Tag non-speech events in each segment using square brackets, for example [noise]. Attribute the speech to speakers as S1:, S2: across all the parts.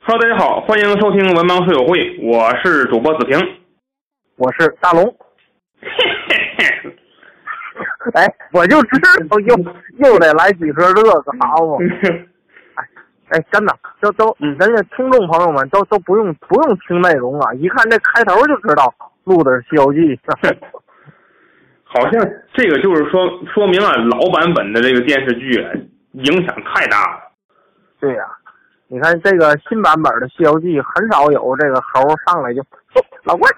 S1: Hello，大家好，欢迎收听文盲书友会，我是主播子
S2: [laughs]
S1: 平。
S2: 我是大龙。 [laughs] 哎，我就知道又又得来几个这个，好不？哎，真的，都都，
S1: 嗯
S2: 人家听众朋友们都都不用不用听内容啊，一看这开头就知道录的是《西游记》
S1: 好像这个就是说说明啊，老版本的这个电视剧啊影响太大了。
S2: [laughs] 对呀、你看这个新版本的《西游记》很少有这个猴上来就嘿老怪，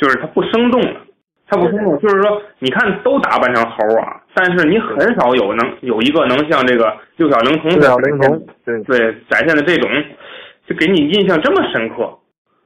S1: 就是它不生动了，它不生动，就是说，你看都打扮成猴儿啊，但是你很少有能有一个能像这个六小龄童
S2: 六小龄童，嗯对
S1: 对展现的这种，就给你印象这么深刻。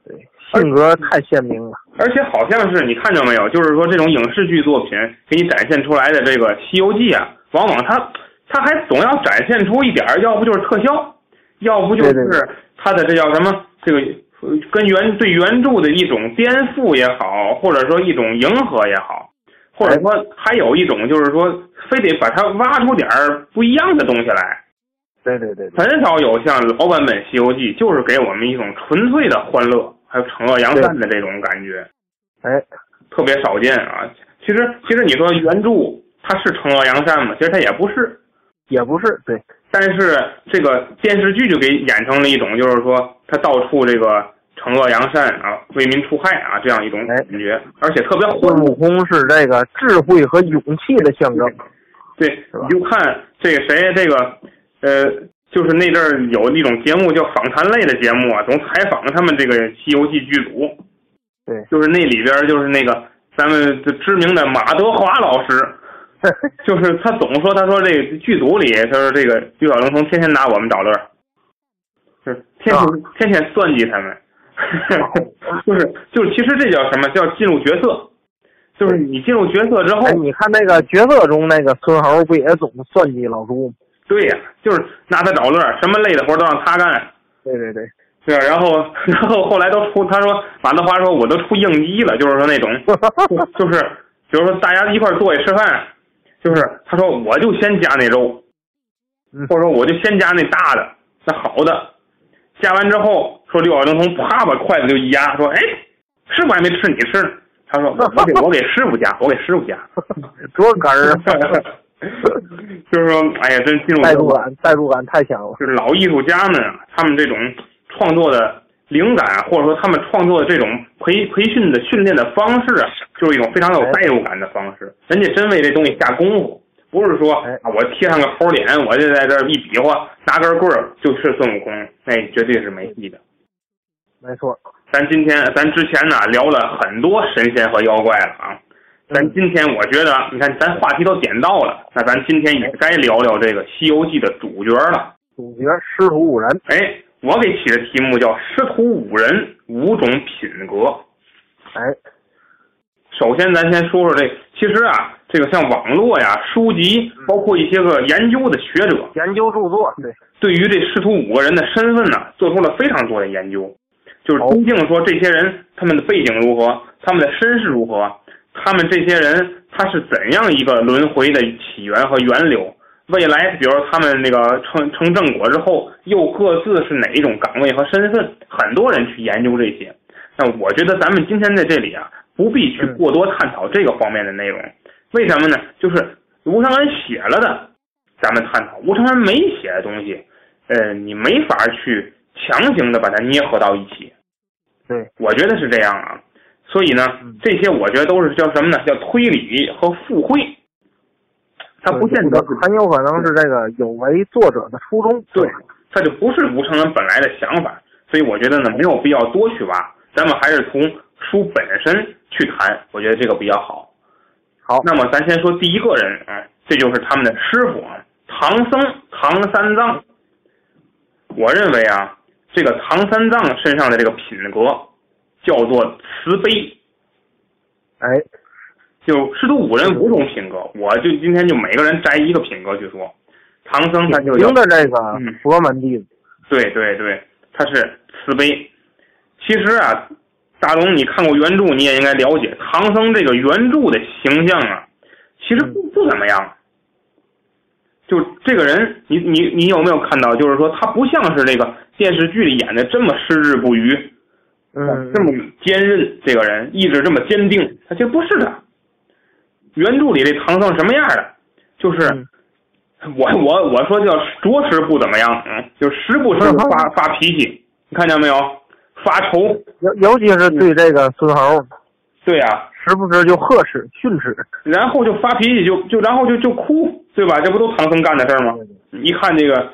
S2: 对，嗯性格太鲜明了。
S1: 而且好像是你看着没有，就是说这种影视剧作品给你展现出来的这个《西游记》啊，往往它它还总要展现出一点儿，要不就是特效，要不就
S2: 对对
S1: 是它的这叫什么这个呃跟原对原著的一种颠覆也好，或者说一种迎合也好，或者说还有一种就是说非得把它挖出点儿不一样的东西来，
S2: 对对对对，
S1: 很少有像老版本《西游记》就是给我们一种纯粹的欢乐，还有惩恶扬善的这种感觉。
S2: 哎，
S1: 特别少见啊。其实其实你说原著它是惩恶扬善吗？其实它也不是，
S2: 也不是对，
S1: 但是这个电视剧就给演成了一种就是说它到处这个惩恶扬善啊、为民除害啊这样一种
S2: 哎嗯
S1: 感觉，而且特别欢
S2: 孙
S1: 乐。
S2: 悟空是这个智慧和勇气的象征。
S1: 对，
S2: 是吧
S1: 你就看这个谁这个呃，就是那阵儿有一种节目叫访谈类的节目啊，总采访他们这个《西游记》剧组。
S2: 对
S1: 就是那里边儿就是那个咱们这知名的马德华老师，
S2: 嗯 [laughs]
S1: 就是他总说，他说这个剧组里，他说这个六小龄童天天拿我们找乐儿，就是天天、天天算计他们， [laughs] 就是就是，其实这叫什么叫进入角色，就是你进入角色之后，
S2: 哎，你看那个角色中那个孙猴不也总算计老朱吗？
S1: 对呀、就是拿他找乐儿，什么累的活儿都让他干，
S2: 对对对，
S1: 对、啊，然后然后后来都出，他说马德华说我都出应激了，就是说那种。就是比如说大家一块儿坐下吃饭， [laughs] 就是他说我就先加那肉，
S2: 嗯
S1: 或者说我就先加那大的那好的，加完之后说六小龄童啪把筷子就一压，说哎师傅还没吃你吃呢，他
S2: [laughs]
S1: 说我给我给师傅夹，我给师傅夹，
S2: 多哏儿啊，
S1: [laughs] 就是说哎呀真进入
S2: 代入感，代入感太强了。
S1: 就是老艺术家们啊，他们这种创作的灵感，啊或者说他们创作的这种培培训的训练的方式啊，就是一种非常有代入感的方式。人家真为这东西下功夫，不是说
S2: 哎
S1: 啊我贴上个猴脸，我就在这儿一比划，拿根棍儿就是孙悟空，那绝对是没戏的。
S2: 没错，
S1: 咱今天咱之前呢、聊了很多神仙和妖怪了啊，咱
S2: 嗯
S1: 今天我觉得你看咱话题都点到了，那咱今天也该聊聊这个《西游记》的主角了。
S2: 主角师徒五人，
S1: 哎，我给起的题目叫“师徒五人五种品格
S2: 哎，”。
S1: 首先，咱先说说这，其实啊，这个像网络呀、书籍，包括一些个研究的学者，
S2: 研究著作，对，
S1: 对于这师徒五个人的身份呢、做出了非常多的研究，就是
S2: 哦
S1: 究竟说这些人他们的背景如何，他们的身世如何，他们这些人他是怎样一个轮回的起源和源流，未来比如他们那个成成正果之后，又各自是哪一种岗位和身份，很多人去研究这些。那我觉得咱们今天在这里啊，不必去
S2: 嗯
S1: 过多探讨这个方面的内容，为什么呢？就是吴承恩写了的，咱们探讨；吴承恩没写的东西，呃，你没法去强行的把它捏合到一起。
S2: 对，
S1: 我觉得是这样啊。所以呢
S2: 嗯，
S1: 这些我觉得都是叫什么呢？叫推理和附会。它不见得
S2: 很有可能是这个有违作者的初衷。
S1: 对，它就不是吴承恩本来的想法。所以我觉得呢，没有必要多去挖，咱们还是从书本身去谈，我觉得这个比较好。
S2: 好，
S1: 那么咱先说第一个人，哎，这就是他们的师傅啊，唐僧唐三藏。我认为啊，这个唐三藏身上的这个品格叫做慈悲，
S2: 哎，
S1: 就师徒五人五种品格，我就今天就每个人摘一个品格去说。唐僧他就叫
S2: 您的这个
S1: 嗯
S2: 佛门弟子，
S1: 对对对，他是慈悲。其实啊，大龙，你看过原著，你也应该了解唐僧这个原著的形象啊，其实不不怎么样。就这个人，你你你有没有看到？就是说，他不像是这个电视剧里演的这么矢志不渝，
S2: 嗯，
S1: 啊这么坚韧，这个人意志这么坚定，他这不是的。原著里这唐僧什么样的？就是
S2: 嗯
S1: [laughs] 我我我说叫着实不怎么样，嗯，就是时不时地发发脾气，你看见没有？发愁，
S2: 尤尤其是对这个孙
S1: 嗯
S2: 猴，
S1: 对呀、
S2: 时不时就呵斥、训斥。
S1: 然后就发脾气，就就然后就就哭，对吧？这不都唐僧干的事儿吗？一看这个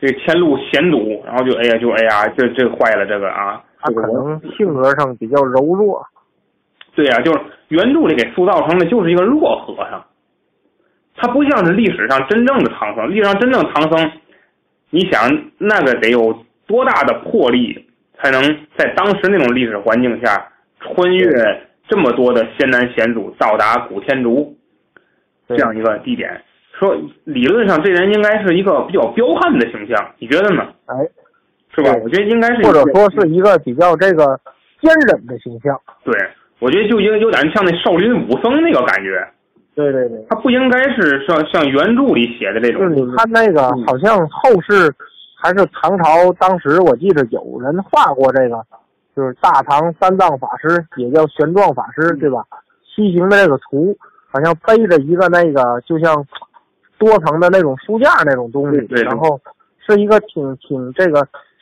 S1: 这个前路险堵，然后就哎呀就哎呀，这这坏了这个啊，
S2: 他
S1: 这个
S2: 可
S1: 我
S2: 能性格上比较柔弱，
S1: 对呀、就是原著里给塑造成的就是一个弱和尚，他不像是历史上真正的唐僧。历史上真正唐僧，你想那个得有多大的魄力，才能在当时那种历史环境下穿越这么多的仙男险阻，到达古天竺这样一个地点？说理论上这人应该是一个比较彪悍的形象，你觉得呢？
S2: 哎，
S1: 是吧？
S2: 对
S1: 我觉得应该是一个
S2: 或者说是一个比较这个坚韧的形象。
S1: 对，我觉得就应有点像那少林武僧那个感觉。
S2: 对对对，
S1: 他不应该是像像原著里写的这
S2: 就是
S1: 种，嗯
S2: 你看那个，好像后世还是唐朝当时，我记得有人画过这个，就是大唐三藏法师，也叫玄奘法师，
S1: 嗯
S2: 对吧？西行的这个图，好像背着一个那个，就像多层的那种书架那种东西，
S1: 对对对
S2: 然后是一个挺挺这个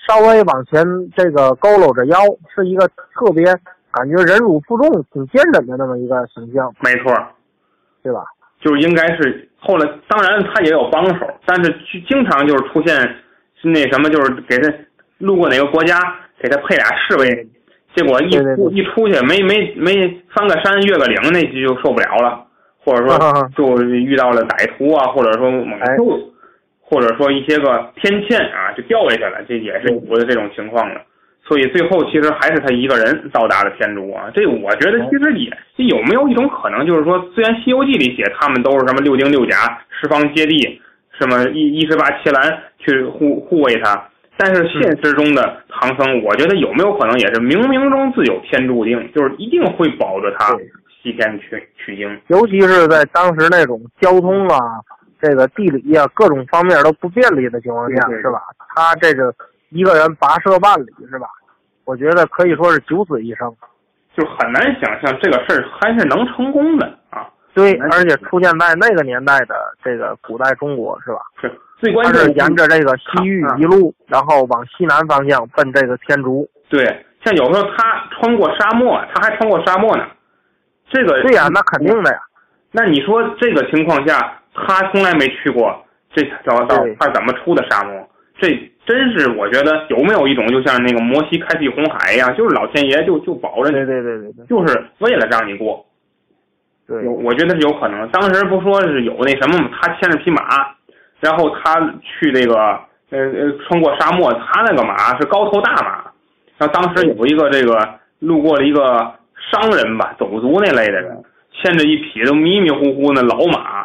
S2: 稍微往前这个佝偻着腰，是一个特别感觉忍辱负重、挺坚忍的那么一个形象，
S1: 没错，
S2: 对吧？
S1: 就是应该是后来，当然他也有帮手，但是去经常就是出现是那什么，就是给他路过哪个国家，给他配俩侍卫，结果一
S2: 嗯对对
S1: 出
S2: 对
S1: 一出去没没没翻个山越个岭，那就受不了了，或者
S2: [laughs] 啊啊
S1: 说
S2: 啊
S1: 就遇到了歹徒啊，或者说猛
S2: 哎
S1: 兽，或者说一些个天堑啊就掉下去了，这也是有的这种情况的。所以最后其实还是他一个人到达了天竺啊。这我觉得其实也这有没有一种可能，就是说，虽然《西游记》里写他们都是什么六经六甲、十方揭谛、什么一一十八伽蓝去护护卫他，但是现实中的唐僧，我觉得有没有可能也是冥冥中自有天注定，就是一定会保着他
S2: 对
S1: 西天取取经。
S2: 尤其是在当时那种交通啊、这个地理啊各种方面都不便利的情况下，
S1: 对对对
S2: 是吧？他这个一个人跋涉万里，是吧？我觉得可以说是九死一生。
S1: 就很难想象这个事儿还是能成功的啊！
S2: 对，
S1: 嗯
S2: 而且出现在那个年代的这个古代中国，是吧？
S1: 是最关
S2: 他
S1: 键
S2: 是沿着这个西域
S1: 嗯
S2: 一路，然后往西南方向奔这个天竺。
S1: 对，像有时候他穿过沙漠，他还穿过沙漠呢。这个
S2: 对呀、那肯定的呀。
S1: 那你说这个情况下，他从来没去过，这找到
S2: 对
S1: 他怎么出的沙漠？这真是我觉得有没有一种就像那个摩西开辟红海一样，就是老天爷就就保着
S2: 对
S1: 你，
S2: 对对对对
S1: 就是为了让你过。有
S2: 对，
S1: 我觉得是有可能。当时不说是有那什么吗？他牵着匹马，然后他去那个呃呃穿过沙漠，他那个马是高头大马。然后当时有一个这个路过了一个商人吧，走族那类的人，牵着一匹都迷迷糊糊那老马。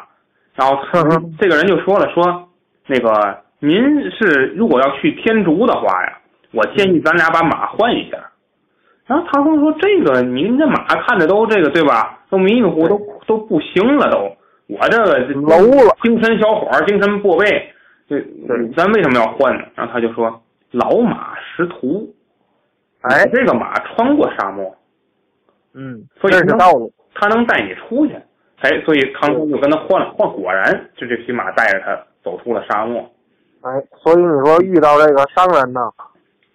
S1: 然后他
S2: 嗯哼
S1: 这个人就说了说那个您是如果要去天竺的话呀，我建议咱俩把马换一下。然后唐僧说：“这个您这马看着都这个对吧？都迷迷糊糊，都都不行了都。我这个
S2: 楼了。
S1: 精神小伙儿，精神破备，这嗯
S2: 对
S1: 咱为什么要换呢？”然后他就说：“老马识途，
S2: 哎，
S1: 这个马穿过沙漠，
S2: 嗯，
S1: 所以
S2: 这是道路。
S1: 它能带你出去。”哎，所以唐僧就跟他换了，换果然就这匹马带着他走出了沙漠。
S2: 哎，所以你说遇到这个商人呢，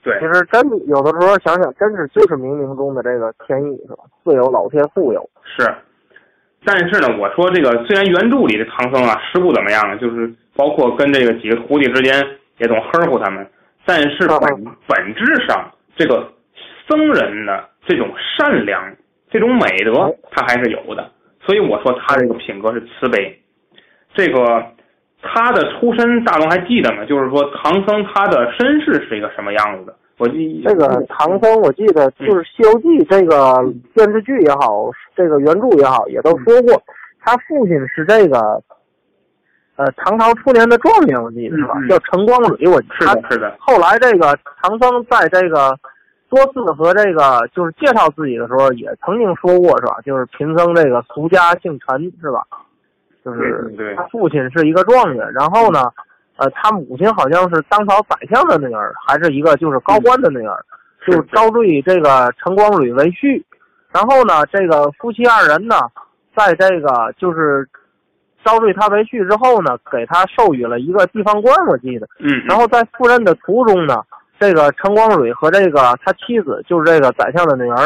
S1: 对
S2: 其，实真的有的时候想想，真是就是冥冥中的这个天意是吧？自有老天护佑。
S1: 是，但是呢，我说这个虽然原著里的唐僧啊实不怎么样，就是包括跟这个几个徒弟之间也总呵护他们，但是
S2: 嗯
S1: 本本质上这个僧人呢，这种善良、这种美德
S2: 嗯，
S1: 他还是有的。所以我说他这个品格是慈悲。这个他的出身，大龙还记得吗？就是说唐僧他的身世是一个什么样子的？我记嗯
S2: 这个唐僧，我记得就是《西游记》这个电视剧也好，这个原著也好，也都说
S1: 嗯
S2: 过，他父亲是这个，呃，唐朝初年的状元，我记得是吧
S1: 嗯嗯？
S2: 叫陈光蕊，我记
S1: 是
S2: 得。
S1: 的，是的，
S2: 后来这个唐僧在这个多次和这个就是介绍自己的时候，也曾经说过是吧？就是贫僧这个俗家姓陈是吧？就是
S1: 对对
S2: 他父亲是一个状元，然后呢，呃，他母亲好像是当朝宰相的女儿，还是一个就是高官的女儿，
S1: 是
S2: 就招赘这个陈光蕊为婿。然后呢，这个夫妻二人呢，在这个就是招赘他为婿之后呢，给他授予了一个地方官，我记得。
S1: 嗯，
S2: 然后在赴任的途中呢，这个陈光蕊和这个他妻子，就是这个宰相的女儿，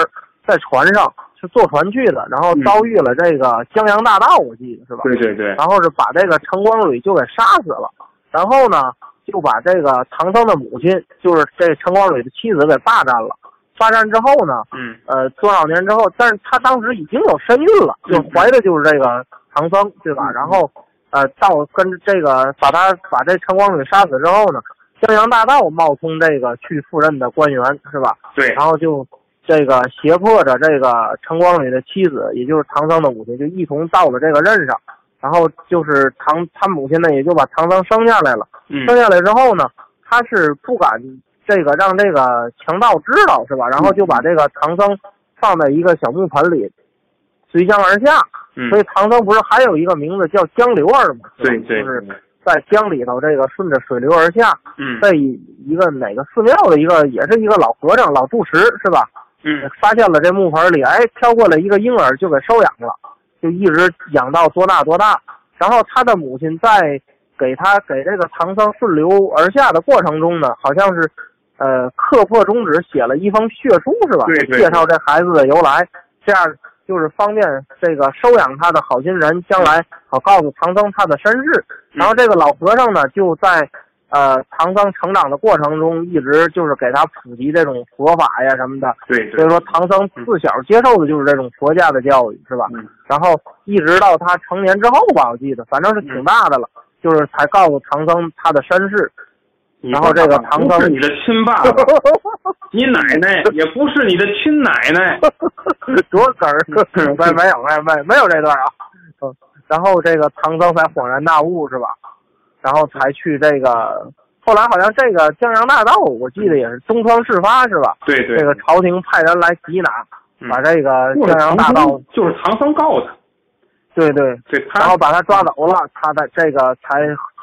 S2: 在船上是坐船去的，然后遭遇了这个江洋大盗，我记得是吧？
S1: 对对对，
S2: 然后是把这个陈光蕊就给杀死了，然后呢，就把这个唐僧的母亲，就是这陈光蕊的妻子给霸占了。霸占之后呢，
S1: 嗯
S2: 呃，多少年之后，但是她当时已经有身孕了，
S1: 嗯
S2: 就怀的就是这个唐僧，对吧？
S1: 嗯
S2: 然后，呃，到跟这个把他把这陈光蕊杀死之后呢，江洋大盗冒充这个去赴任的官员，是吧？
S1: 对，
S2: 然后就这个胁迫着这个陈光蕊的妻子，也就是唐僧的母亲，就一同到了这个任上。然后就是唐他母亲呢，也就把唐僧生下来了。
S1: 嗯
S2: 生下来之后呢，他是不敢这个让这个强盗知道是吧？然
S1: 嗯
S2: 后就把这个唐僧放在一个小木盆里，随江而下。
S1: 嗯
S2: 所以唐僧不是还有一个名字叫江流儿吗？是吧
S1: 对对，
S2: 就是在江里头这个顺着水流而下，
S1: 嗯
S2: 在一个哪个寺庙的一个也是一个老和尚老住持是吧？
S1: 嗯
S2: 发现了这木盆里，哎，飘过来一个婴儿，就给收养了，就一直养到多大多大。然后他的母亲在给他给这个唐僧顺流而下的过程中呢，好像是，呃，刻破中指写了一封血书是吧？
S1: 对对对
S2: 介绍这孩子的由来，这样就是方便这个收养他的好心人将来好告诉唐僧他的身世。
S1: 嗯
S2: 然后这个老和尚呢，就在呃唐僧成长的过程中，一直就是给他普及这种佛法呀什么的。
S1: 对
S2: 所
S1: 对
S2: 以，说唐僧自小接受的就是这种佛家的教育，是吧？
S1: 嗯
S2: 然后一直到他成年之后吧，我记得反正是挺大的了，
S1: 嗯
S2: 就是才告诉唐僧他的身世。 [laughs] 然后这个唐僧
S1: 不是你的亲爸
S2: [laughs]
S1: 爸，你奶奶也不是你的亲奶奶，
S2: 多哏儿，没没有没有没有没有这段啊。嗯，然后这个唐僧才恍然大悟，是吧？然后才去这个，后来好像这个江洋大盗，我记得也是东窗事发，是吧？
S1: 对对，
S2: 这个朝廷派人来缉拿，
S1: 嗯
S2: 把这个
S1: 就是
S2: 江洋大
S1: 唐
S2: 盗
S1: 僧，，就是唐僧告的，
S2: 对对，
S1: 对他，
S2: 然后把他抓走了，他的这个才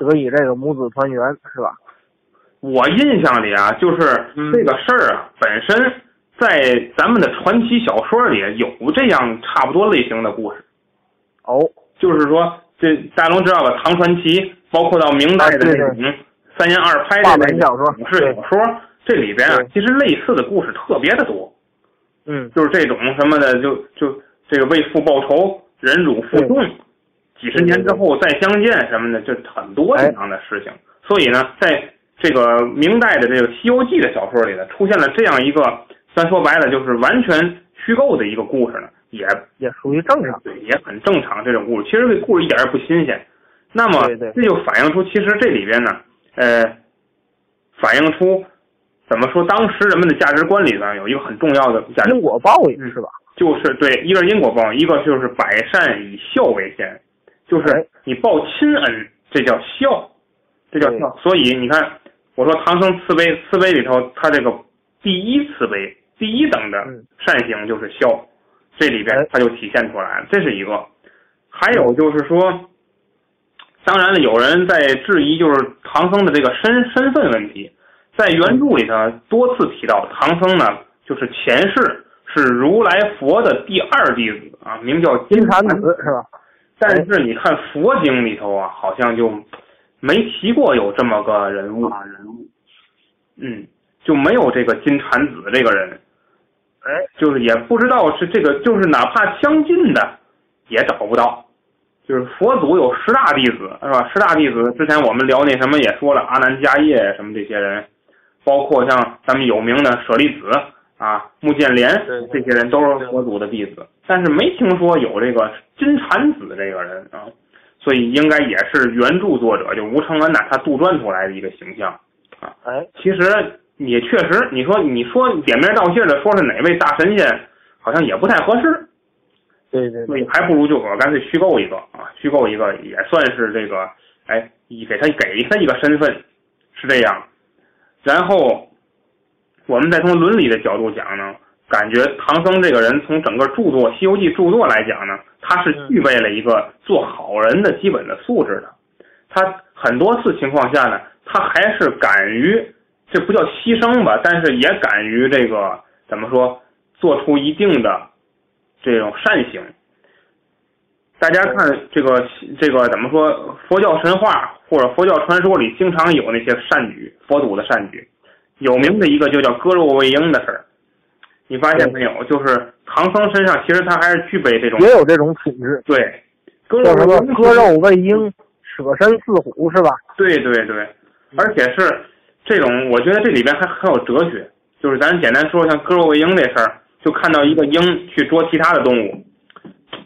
S2: 得以这个母子团圆，是吧？
S1: 我印象里啊，就是
S2: 嗯
S1: 这个事儿啊，本身在咱们的传奇小说里有这样差不多类型的故事，
S2: 哦，
S1: 就是说，这大龙知道吧？唐传奇，包括到明代的
S2: 啊对
S1: 那种三言二拍
S2: 话
S1: 的
S2: 本
S1: 那
S2: 小
S1: 种
S2: 说
S1: 影视小说，这里边啊
S2: 对，
S1: 其实类似的故事特别的多，
S2: 嗯，
S1: 就是这种什么的，就就这个为父报仇，忍辱负重，几十年之后再相见什么的，这很多
S2: 哎
S1: 这样的事情。所以呢，在这个明代的这个《西游记》的小说里呢，出现了这样一个，咱说白了就是完全虚构的一个故事呢，也
S2: 也属于正常。
S1: 对，也很正常这种故事。其实这故事一点儿也不新鲜。那么
S2: 对对
S1: 这就反映出，其实这里边呢，呃，反映出怎么说，当时人们的价值观里呢，有一个很重要的价值
S2: 因果报
S1: 嗯
S2: 应是吧？
S1: 就是对，一个是因果报应，一个就是百善以孝为先，就是
S2: 哎
S1: 你报亲恩，这叫孝，这叫
S2: 对
S1: 孝。所以你看，我说唐僧慈悲，慈悲里头，他这个第一慈悲，第一等的
S2: 嗯
S1: 善行就是孝，这里边
S2: 哎嗯
S1: 它就体现出来了，这是一个。还有就是说，当然了，有人在质疑就是唐僧的这个身身份问题，在
S2: 嗯
S1: 原著里呢多次提到唐僧呢，就是前世是如来佛的第二弟子啊，名叫金
S2: 金
S1: 蝉
S2: 蝉子是吧？
S1: 但是你看佛经里头啊，好像就没提过有这么个人物啊，人物，嗯，就没有这个金蝉子这个人，
S2: 哎，
S1: 就是也不知道是这个，就是哪怕相近的也找不到。就是佛祖有十大弟子是吧？十大弟子之前我们聊那什么也说了，阿难迦叶什么这些人，包括像咱们有名的舍利子啊、目犍连
S2: 对
S1: 这
S2: 对
S1: 些人都是佛祖的弟子，但是没听说有这个金蝉子这个人啊，所以应该也是原著作者就吴承恩呐他杜撰出来的一个形象。
S2: 哎，
S1: 其实也确实，你说你说点名道姓的说是哪位大神仙，好像也不太合适，
S2: 对对
S1: 所
S2: 对
S1: 以，还不如就我干脆虚构一个啊，虚构一个也算是这个，哎，一给他给他一个身份，是这样。然后我们再从伦理的角度讲呢，感觉唐僧这个人从整个著作《西游记》著作来讲呢，他是
S2: 嗯
S1: 具备了一个做好人的基本的素质的。他很多次情况下呢，他还是敢于，这不叫牺牲吧，但是也敢于这个怎么说，做出一定的这种善行。大家看这个这个怎么说？佛教神话或者佛教传说里经常有那些善举，佛祖的善举，有名的一个就叫割肉喂鹰的事儿。你发现没有？就是唐僧身上其实他还是具备这种
S2: 也有这种品质，
S1: 对割肉
S2: 叫什
S1: 喂
S2: 么
S1: 鹰
S2: 割肉喂鹰，舍身饲虎，是吧？
S1: 对对对，而且是这种，我觉得这里边还很有哲学。就是咱简单说，像割肉喂鹰这事儿，就看到一个鹰去捉其他的动物，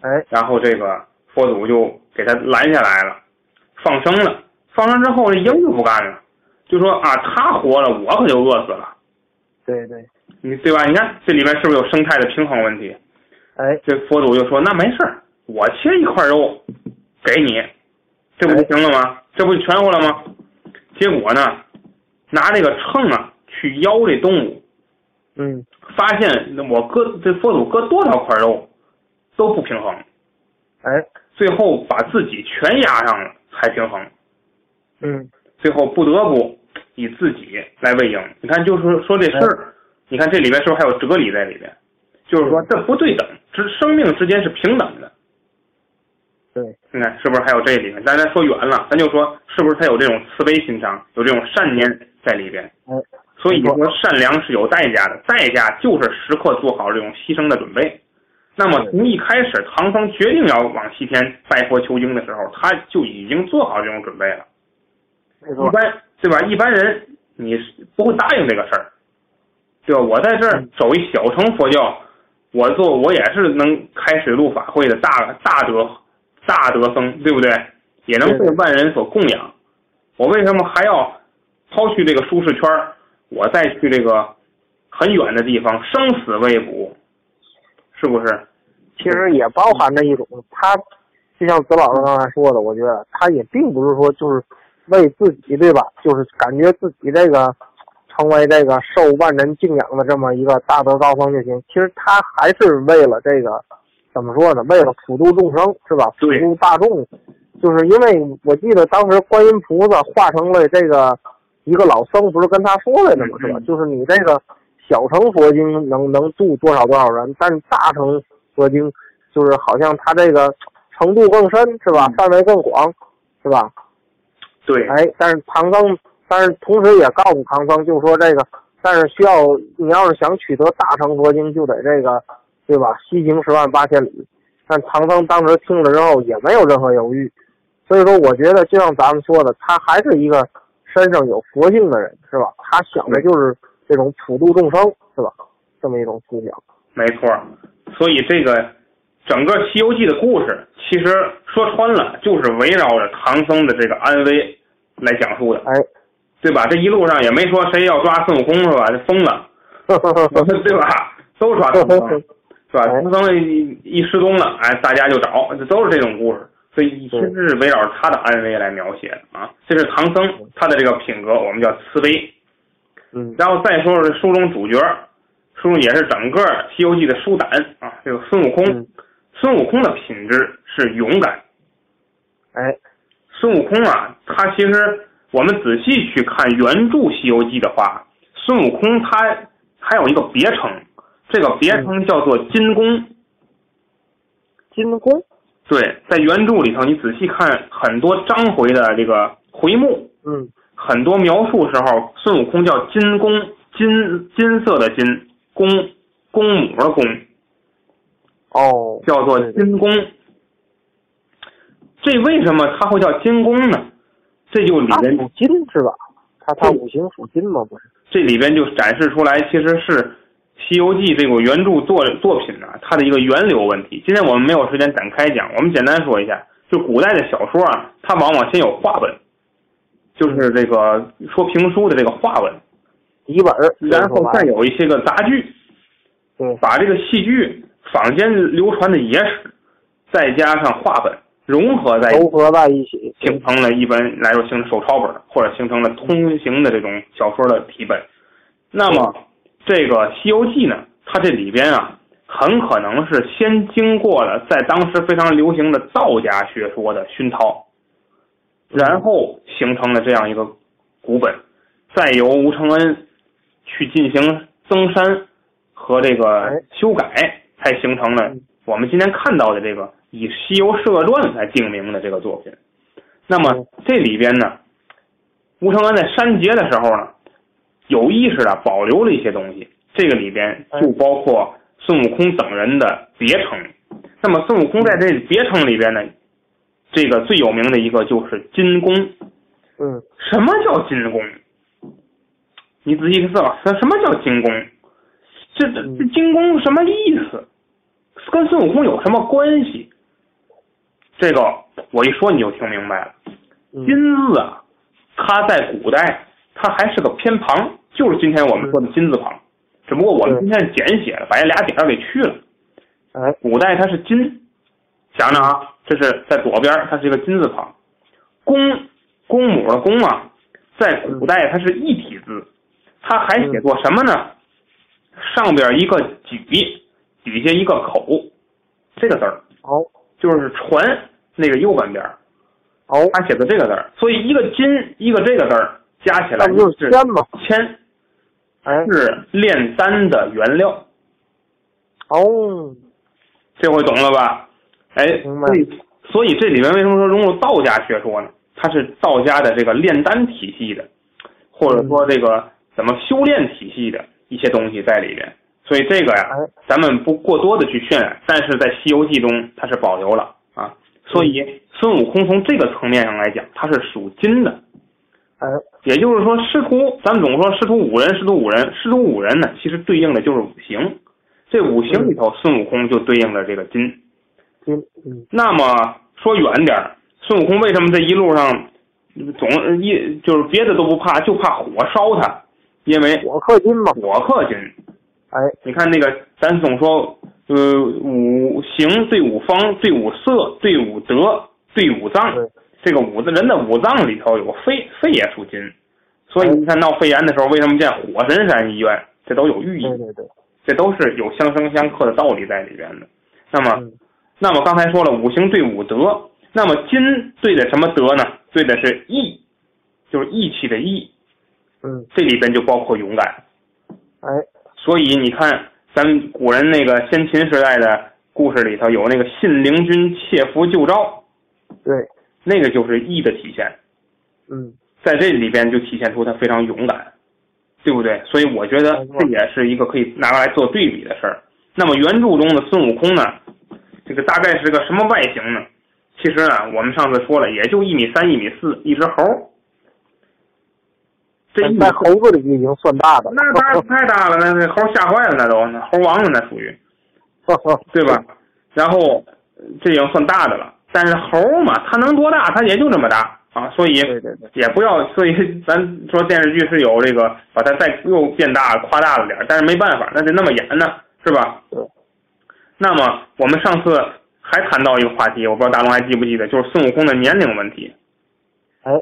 S2: 哎，
S1: 然后这个佛祖就给他拦下来了，放生了。放生之后，这鹰就不干了，就说啊，他活了，我可就饿死了。
S2: 对对，
S1: 你对吧？你看这里面是不是有生态的平衡问题？
S2: 哎，
S1: 这佛祖就说：“那没事儿，我切一块肉给你，这不就行了吗？这不就全乎了吗？”结果呢，拿这个秤啊去腰这动物，
S2: 嗯，
S1: 发现我割这佛祖割多少块肉都不平衡，
S2: 哎，
S1: 最后把自己全压上了才平衡，
S2: 嗯，
S1: 最后不得不以自己来喂鹰。你看，就是说这事儿，你看这里面是不是还有哲理在里边？就是说这不对等，之生命之间是平等的。
S2: 对，
S1: 你看是不是还有这里面？咱咱说远了，咱就说是不是他有这种慈悲心肠，有这种善念在里边？
S2: 哎，
S1: 所以
S2: 没错
S1: 说善良是有代价的，代价就是时刻做好这种牺牲的准备。那么从一开始，唐僧决定要往西天拜佛求经的时候，他就已经做好这种准备了。
S2: 没
S1: 一
S2: 错，
S1: 般对吧？一般人你是不会答应这个事儿，对吧？我在这
S2: 嗯
S1: 儿走一小乘佛教，我做我也是能开水陆法会的大大德大德僧，对不对？也能
S2: 对
S1: 被
S2: 对
S1: 万人所供养。我为什么还要抛去这个舒适圈儿，我再去这个很远的地方生死未卜？是不是？
S2: 其实也包含着一种，他就像子老师刚才说的，我觉得他也并不是说就是为自己，对吧？就是感觉自己这个成为这个受万人敬仰的这么一个大德高僧就行。其实他还是为了这个怎么说呢？为了普度众生，是吧？普
S1: 对
S2: 度大众，就是因为我记得当时观音菩萨化成了这个一个老僧，不是跟他说来着吗？
S1: 嗯
S2: 是吧？就是你这个小乘佛经能能度多少多少人，但是大乘佛经就是好像它这个程度更深，是
S1: 嗯
S2: 吧？范围更广，是吧？
S1: 对，
S2: 哎，但是唐僧，但是同时也告诉唐僧，就说这个，但是需要你要是想取得大乘佛经，就得这个，对吧？西行十万八千里。但唐僧当时听了之后也没有任何犹豫，所以说我觉得就像咱们说的，他还是一个身上有佛性的人，是吧？他想的就是这种普度众生，是吧？这么一种思想。
S1: 没错儿，所以这个整个《西游记》的故事，其实说穿了就是围绕着唐僧的这个安危来讲述的，
S2: 哎，
S1: 对吧？这一路上也没说谁要抓孙悟空是吧？这疯了， [laughs]
S2: 呵呵呵呵
S1: [laughs] 对吧？都抓唐僧，
S2: 呵
S1: 是吧？
S2: 哎
S1: 唐僧一一失踪了，哎，大家就找，这都是这种故事。所以其实是围绕着他的安危来描写的啊，这是唐僧他的这个品格，我们叫慈悲。
S2: [laughs] 嗯，
S1: 然后再说说书中主角，书中也是整个《西游记》的书胆啊，这个孙悟空。
S2: 嗯
S1: 孙悟空的品质是勇敢。
S2: 哎，
S1: 孙悟空啊，他其实我们仔细去看原著《西游记》的话，孙悟空他还有一个别称，这个别称叫做金弓。
S2: 金弓，
S1: 对，在原著里头，你仔细看很多章回的这个回目，
S2: 嗯，
S1: 很多描述时候，孙悟空叫金公，金金色的金，公公母的公，
S2: 哦，
S1: 叫做金公。这为什么他会叫金公呢？这就里
S2: 他
S1: 边
S2: 属啊金是吧？他他
S1: 嗯
S2: 五行属金吗？不是？
S1: 这里边就展示出来，其实是《西游记》这个原著作作品呢、啊它的一个源流问题。今天我们没有时间展开讲，我们简单说一下，就古代的小说啊，它往往先有话本，就是这个说评书的这个话本，
S2: 底本儿，
S1: 然后再有一些个杂剧，
S2: 对，
S1: 把这个戏剧坊间流传的野史，再加上话本融合在一起
S2: 糅合在一起，
S1: 形成了一般来说形成手抄本，或者形成了通行的这种小说的题本。那么这个《西游记》呢，它这里边啊，很可能是先经过了在当时非常流行的道家学说的熏陶，然后形成了这样一个古本，再由吴承恩去进行增删和这个
S2: 哎
S1: 修改，才形成了我们今天看到的这个以《西游释厄传》来定名的这个作品。那么这里边呢，吴承恩在删节的时候呢，有意识的保留了一些东西，这个里边就包括孙悟空等人的别称。那么孙悟空在这别称里边呢，这个最有名的一个就是金宫。
S2: 嗯，
S1: 什么叫金宫？你仔细思考，什什么叫金宫？这这这
S2: 嗯
S1: 金宫什么意思？跟孙悟空有什么关系？这个我一说你就听明白了。
S2: 嗯
S1: 金字啊，它在古代它还是个偏旁，就是今天我们说的金字旁，只不过我们
S2: 嗯对
S1: 今天简写了，把这俩点儿给去了。
S2: 哎，
S1: 古代它是金，想想啊，这是在左边，它是一个金字旁。公公母的公啊，在古代它是一体字，它还写作什么呢？上边一个举，底下一个口，这个字儿
S2: 好，
S1: 就是船那个右半边儿，
S2: 好，
S1: 它写的这个字儿，所以一个金一个这个字儿加起来
S2: 那不就是
S1: 是
S2: 天吗？
S1: 铅，
S2: 哎，
S1: 是炼丹的原料。
S2: 哦，
S1: 这回懂了吧？哎，
S2: 明白
S1: 所以所以这里面为什么说融入道家学说呢？它是道家的这个炼丹体系的，或者说这个怎么修炼体系的一些东西在里边。所以这个呀、
S2: 哎
S1: 咱们不过多的去渲染，但是在《西游记》中它是保留了啊。所
S2: 嗯
S1: 以孙悟空从这个层面上来讲，他是属金的。
S2: 哎，
S1: 也就是说，师徒，咱们总说师徒五人，师徒五人，师徒五人呢，其实对应的就是五行。这五行里头，孙悟空就对应着这个金。
S2: 金，嗯，
S1: 那么说远点儿，孙悟空为什么这一路上嗯总是一就是别的都不怕，就怕火烧他？因为
S2: 我克金嘛，
S1: 火克金。
S2: 哎，
S1: 你看那个，咱总说，呃，五行对五方，对五色，对五德，对五脏。
S2: 对，
S1: 这个五的人的五脏里头有肺，肺也属金，所以你看闹肺炎的时候，为什么见火神山医院？这都有寓意，
S2: 对对对，
S1: 这都是有相生相克的道理在里边的。那么，
S2: 嗯，
S1: 那么刚才说了五行对五德，那么金对的什么德呢？对的是义，就是义气的义，
S2: 嗯，
S1: 这里边就包括勇敢。
S2: 哎，
S1: 所以你看，咱们古人那个先秦时代的故事里头有那个信陵君窃符救赵，
S2: 对，
S1: 那个就是义的体现，
S2: 嗯，
S1: 在这里边就体现出他非常勇敢，对不对？所以我觉得
S2: 没错
S1: 这也是一个可以拿来做对比的事儿。那么原著中的孙悟空呢，这个大概是个什么外形呢？其实呢，我们上次说了，也就一米三、一米四，一只猴儿。这一米
S2: 在猴子里已经算大的了，
S1: 那当然太大了，那那猴吓坏了，那都那猴王了，那属于对
S2: [laughs]
S1: 吧？然后呃这已经算大的了，但是猴嘛，它能多大？它也就这么大啊，所以
S2: 对对对，
S1: 也不要，所以咱说电视剧是有这个把它再又变大夸大了点儿，但是没办法，那得那么演呢，是吧？
S2: 对。
S1: 那么我们上次还谈到一个话题，我不知道大龙还记不记得，就是孙悟空的年龄问题。
S2: 哎，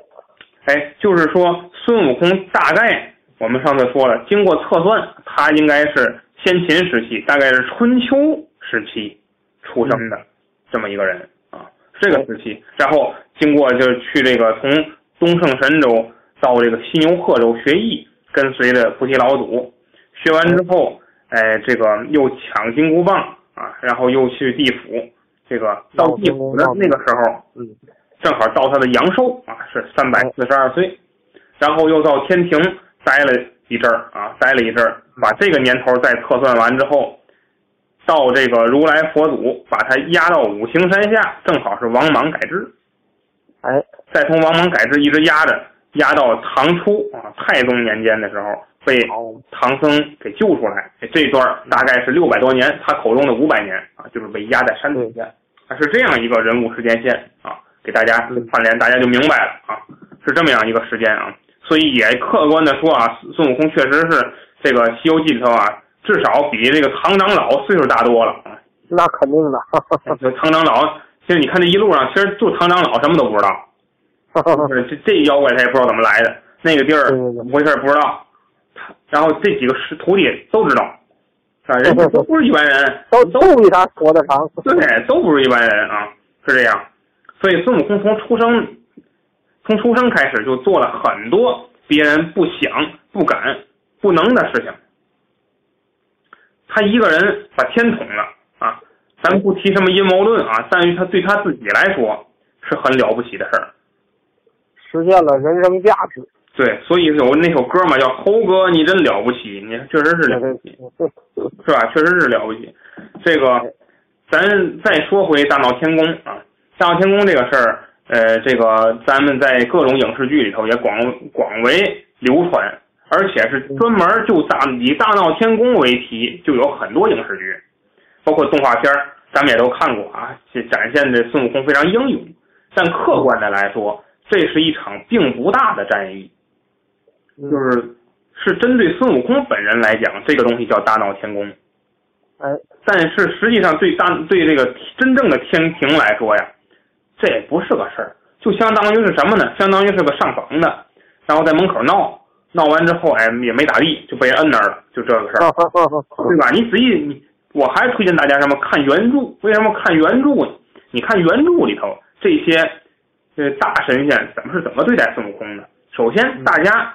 S1: 哎，就是说孙悟空大概我们上次说了，经过测算，他应该是先秦时期，大概是春秋时期出生的这么一个人啊，这个时期，然后经过就是去这个从东胜神州到这个西牛贺州学艺，跟随着菩提老祖，学完之后，哎，这个又抢金箍棒啊，然后又去地府，这个到地府的那个时候，
S2: 嗯，
S1: 正好到他的阳寿啊，是三百四十二岁，然后又到天庭待了一阵儿啊，待了一阵儿，把这个年头再测算完之后，到这个如来佛祖把他压到五行山下，正好是王莽改制，
S2: 哎，
S1: 再从王莽改制一直压着，压到唐初啊太宗年间的时候被
S2: 好，
S1: 唐僧给救出来，这段儿大概是六百多年，他口中的五百年啊，就是被压在山底下，啊是这样一个人物时间线啊，给大家
S2: 嗯
S1: 串联，大家就明白了啊，是这么样一个时间啊，所以也客观的说啊，孙孙悟空确实是这个《西游记》里头啊，至少比这个唐长老岁数大多了啊，
S2: 那肯定的，哈哈
S1: 就唐长老，其实你看这一路上，其实就唐长老什么都不知道，
S2: 哈哈，
S1: 这这妖怪他也不知道怎么来的，那个地儿
S2: [laughs] 对对对
S1: 怎么回事儿不知道，他然后这几个师徒弟都知道，啊，人家都不是一般人，
S2: 都都比他活得长。
S1: 嗯对，都不是一般人啊，是这样。所以孙悟空从出生，从出生开始就做了很多别人不想、不敢、不能的事情。他一个人把天捅了啊！咱不提什么阴谋论啊，但是他对他自己来说是很了不起的事儿。
S2: 实现了人生价值。
S1: 对，所以有那首歌嘛，叫《猴哥你真了不起》，你确实是了不起，
S2: 嗯
S1: 是吧？确实是了不起。这个，咱再说回大闹天宫啊，大闹天宫这个事儿，呃，这个咱们在各种影视剧里头也广广为流传，而且是专门就大以大闹天宫为题，就有很多影视剧，包括动画片儿，咱们也都看过啊，这展现这孙悟空非常英勇。但客观的来说，这是一场并不大的战役。就是是针对孙悟空本人来讲，这个东西叫大闹天宫。
S2: 哎，
S1: 但是实际上对大对这个真正的天庭来说呀，这也不是个事儿，就相当于是什么呢？相当于是个上房的，然后在门口闹，闹完之后哎也没咋地，就被人摁那儿了，就这个
S2: 哦
S1: 事儿，对吧？你仔细你，我还推荐大家什么看原著？为什么看原著呢？你看原著里头这些呃大神仙怎么是怎么对待孙悟空的？首先大家。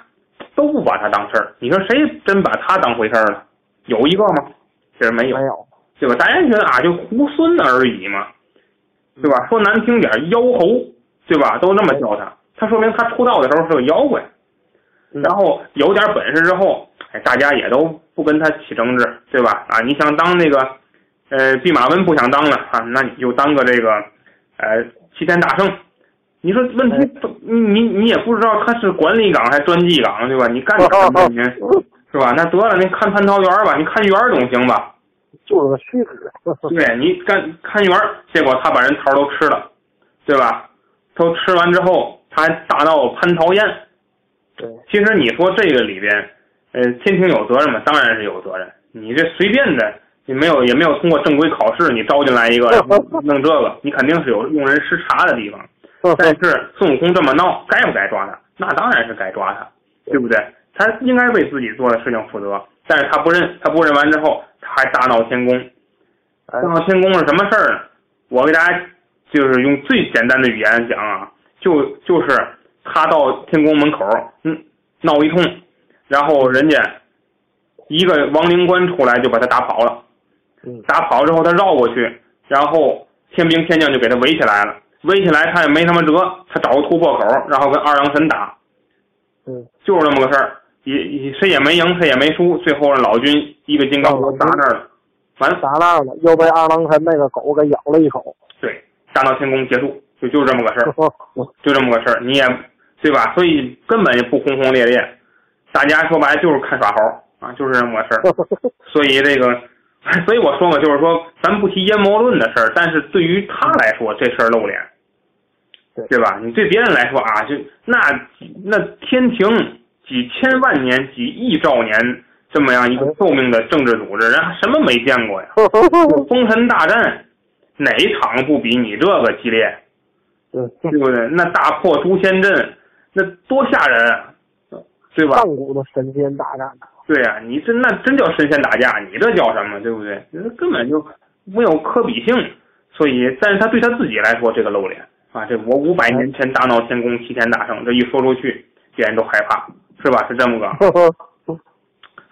S1: 都不把他当事儿。你说谁真把他当回事儿了？有一个吗？其实没有，
S2: 没有，
S1: 对吧？大家觉得啊，就猢狲而已嘛，对
S2: 嗯
S1: 吧？说难听点，妖猴，对吧？都那么叫他，他说明他出道的时候是个妖怪，
S2: 嗯
S1: 然后有点本事之后，哎，大家也都不跟他起争执，对吧？啊，你想当那个，呃，弼马温不想当了啊，那你就当个这个，呃，齐天大圣。你说问题不，你你你也不知道他是管理岗还是专技岗，对吧？你
S2: 哦
S1: 干什么呢？您是吧？那得了，您看蟠桃园吧，你看园儿总行吧？
S2: [laughs] 就是个虚职。
S1: [laughs] 对你干看园儿，结果他把人桃儿都吃了，对吧？都吃完之后，他还大闹蟠桃宴。
S2: 对，
S1: 其实你说这个里边，呃，天庭有责任吗？当然是有责任。你这随便的，你没有也没有通过正规考试，你招进来一
S2: 哎
S1: 个弄这个，你肯定是有用人失察的地方。但是孙悟空这么闹，该不该抓他？那当然是该抓他，对不对？他应该为自己做的事情负责，但是他不认，他不认完之后，他还大闹天宫。
S2: [laughs]
S1: 大
S2: 哎
S1: 闹天宫是什么事儿呢？我给大家就是用最简单的语言讲啊，就就是他到天宫门口，嗯，闹一通，然后人家一个亡灵官出来就把他打跑了。
S2: 嗯，
S1: 打跑之后，他绕过去，然后天兵天将就给他围起来了。围起来他也没他妈辙，他找个突破口，然后跟二郎神打，
S2: 嗯，
S1: 就是这么个事儿。也也谁也没赢，谁也没输，最后让老君一个金刚
S2: 哦
S1: 杵砸那儿了。完了，
S2: 砸那儿了，又被二郎神那个狗给咬了一口。
S1: 对，大闹天宫结束，就就是这么个事儿，
S2: [laughs]
S1: 就这么个事儿，你也对吧？所以根本也不轰轰烈烈，大家说白了就是看耍猴啊，就是这么个事儿。所以这个，所以我说嘛，就是说，咱不提阴谋论的事儿，但是对于他来说，这事儿露脸，
S2: 对
S1: 对吧？你对别人来说啊，就那几那天庭几千万年、几亿兆年这么样一个寿命的政治组织，人家什么没见过呀？封神大战哪一场不比你这个激烈？对
S2: 对，
S1: 不对？那大破诛仙阵，那多吓人啊，对吧？
S2: 上古的神仙大战，
S1: 对呀、你这那真叫神仙打架，你这叫什么？对不对？那根本就没有可比性。所以，但是他对他自己来说，这个露脸啊，这我五百年前大闹天宫，齐天大圣，这一说出去，别人都害怕，是吧？是这么个。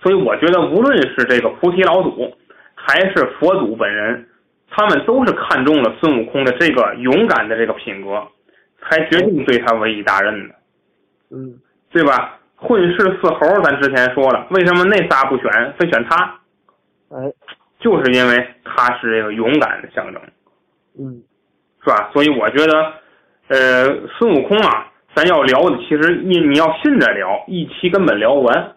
S1: 所以我觉得，无论是这个菩提老祖，还是佛祖本人，他们都是看中了孙悟空的这个勇敢的这个品格，才决定对他委以大任的。
S2: [laughs] 嗯，
S1: 对吧？混世四猴，咱之前说了，为什么那仨不选，非选他？
S2: 哎，
S1: 就是因为他是这个勇敢的象征，
S2: 嗯，
S1: 是吧？所以我觉得，呃，孙悟空啊，咱要聊的，其实你你要信着聊，一期根本聊不完，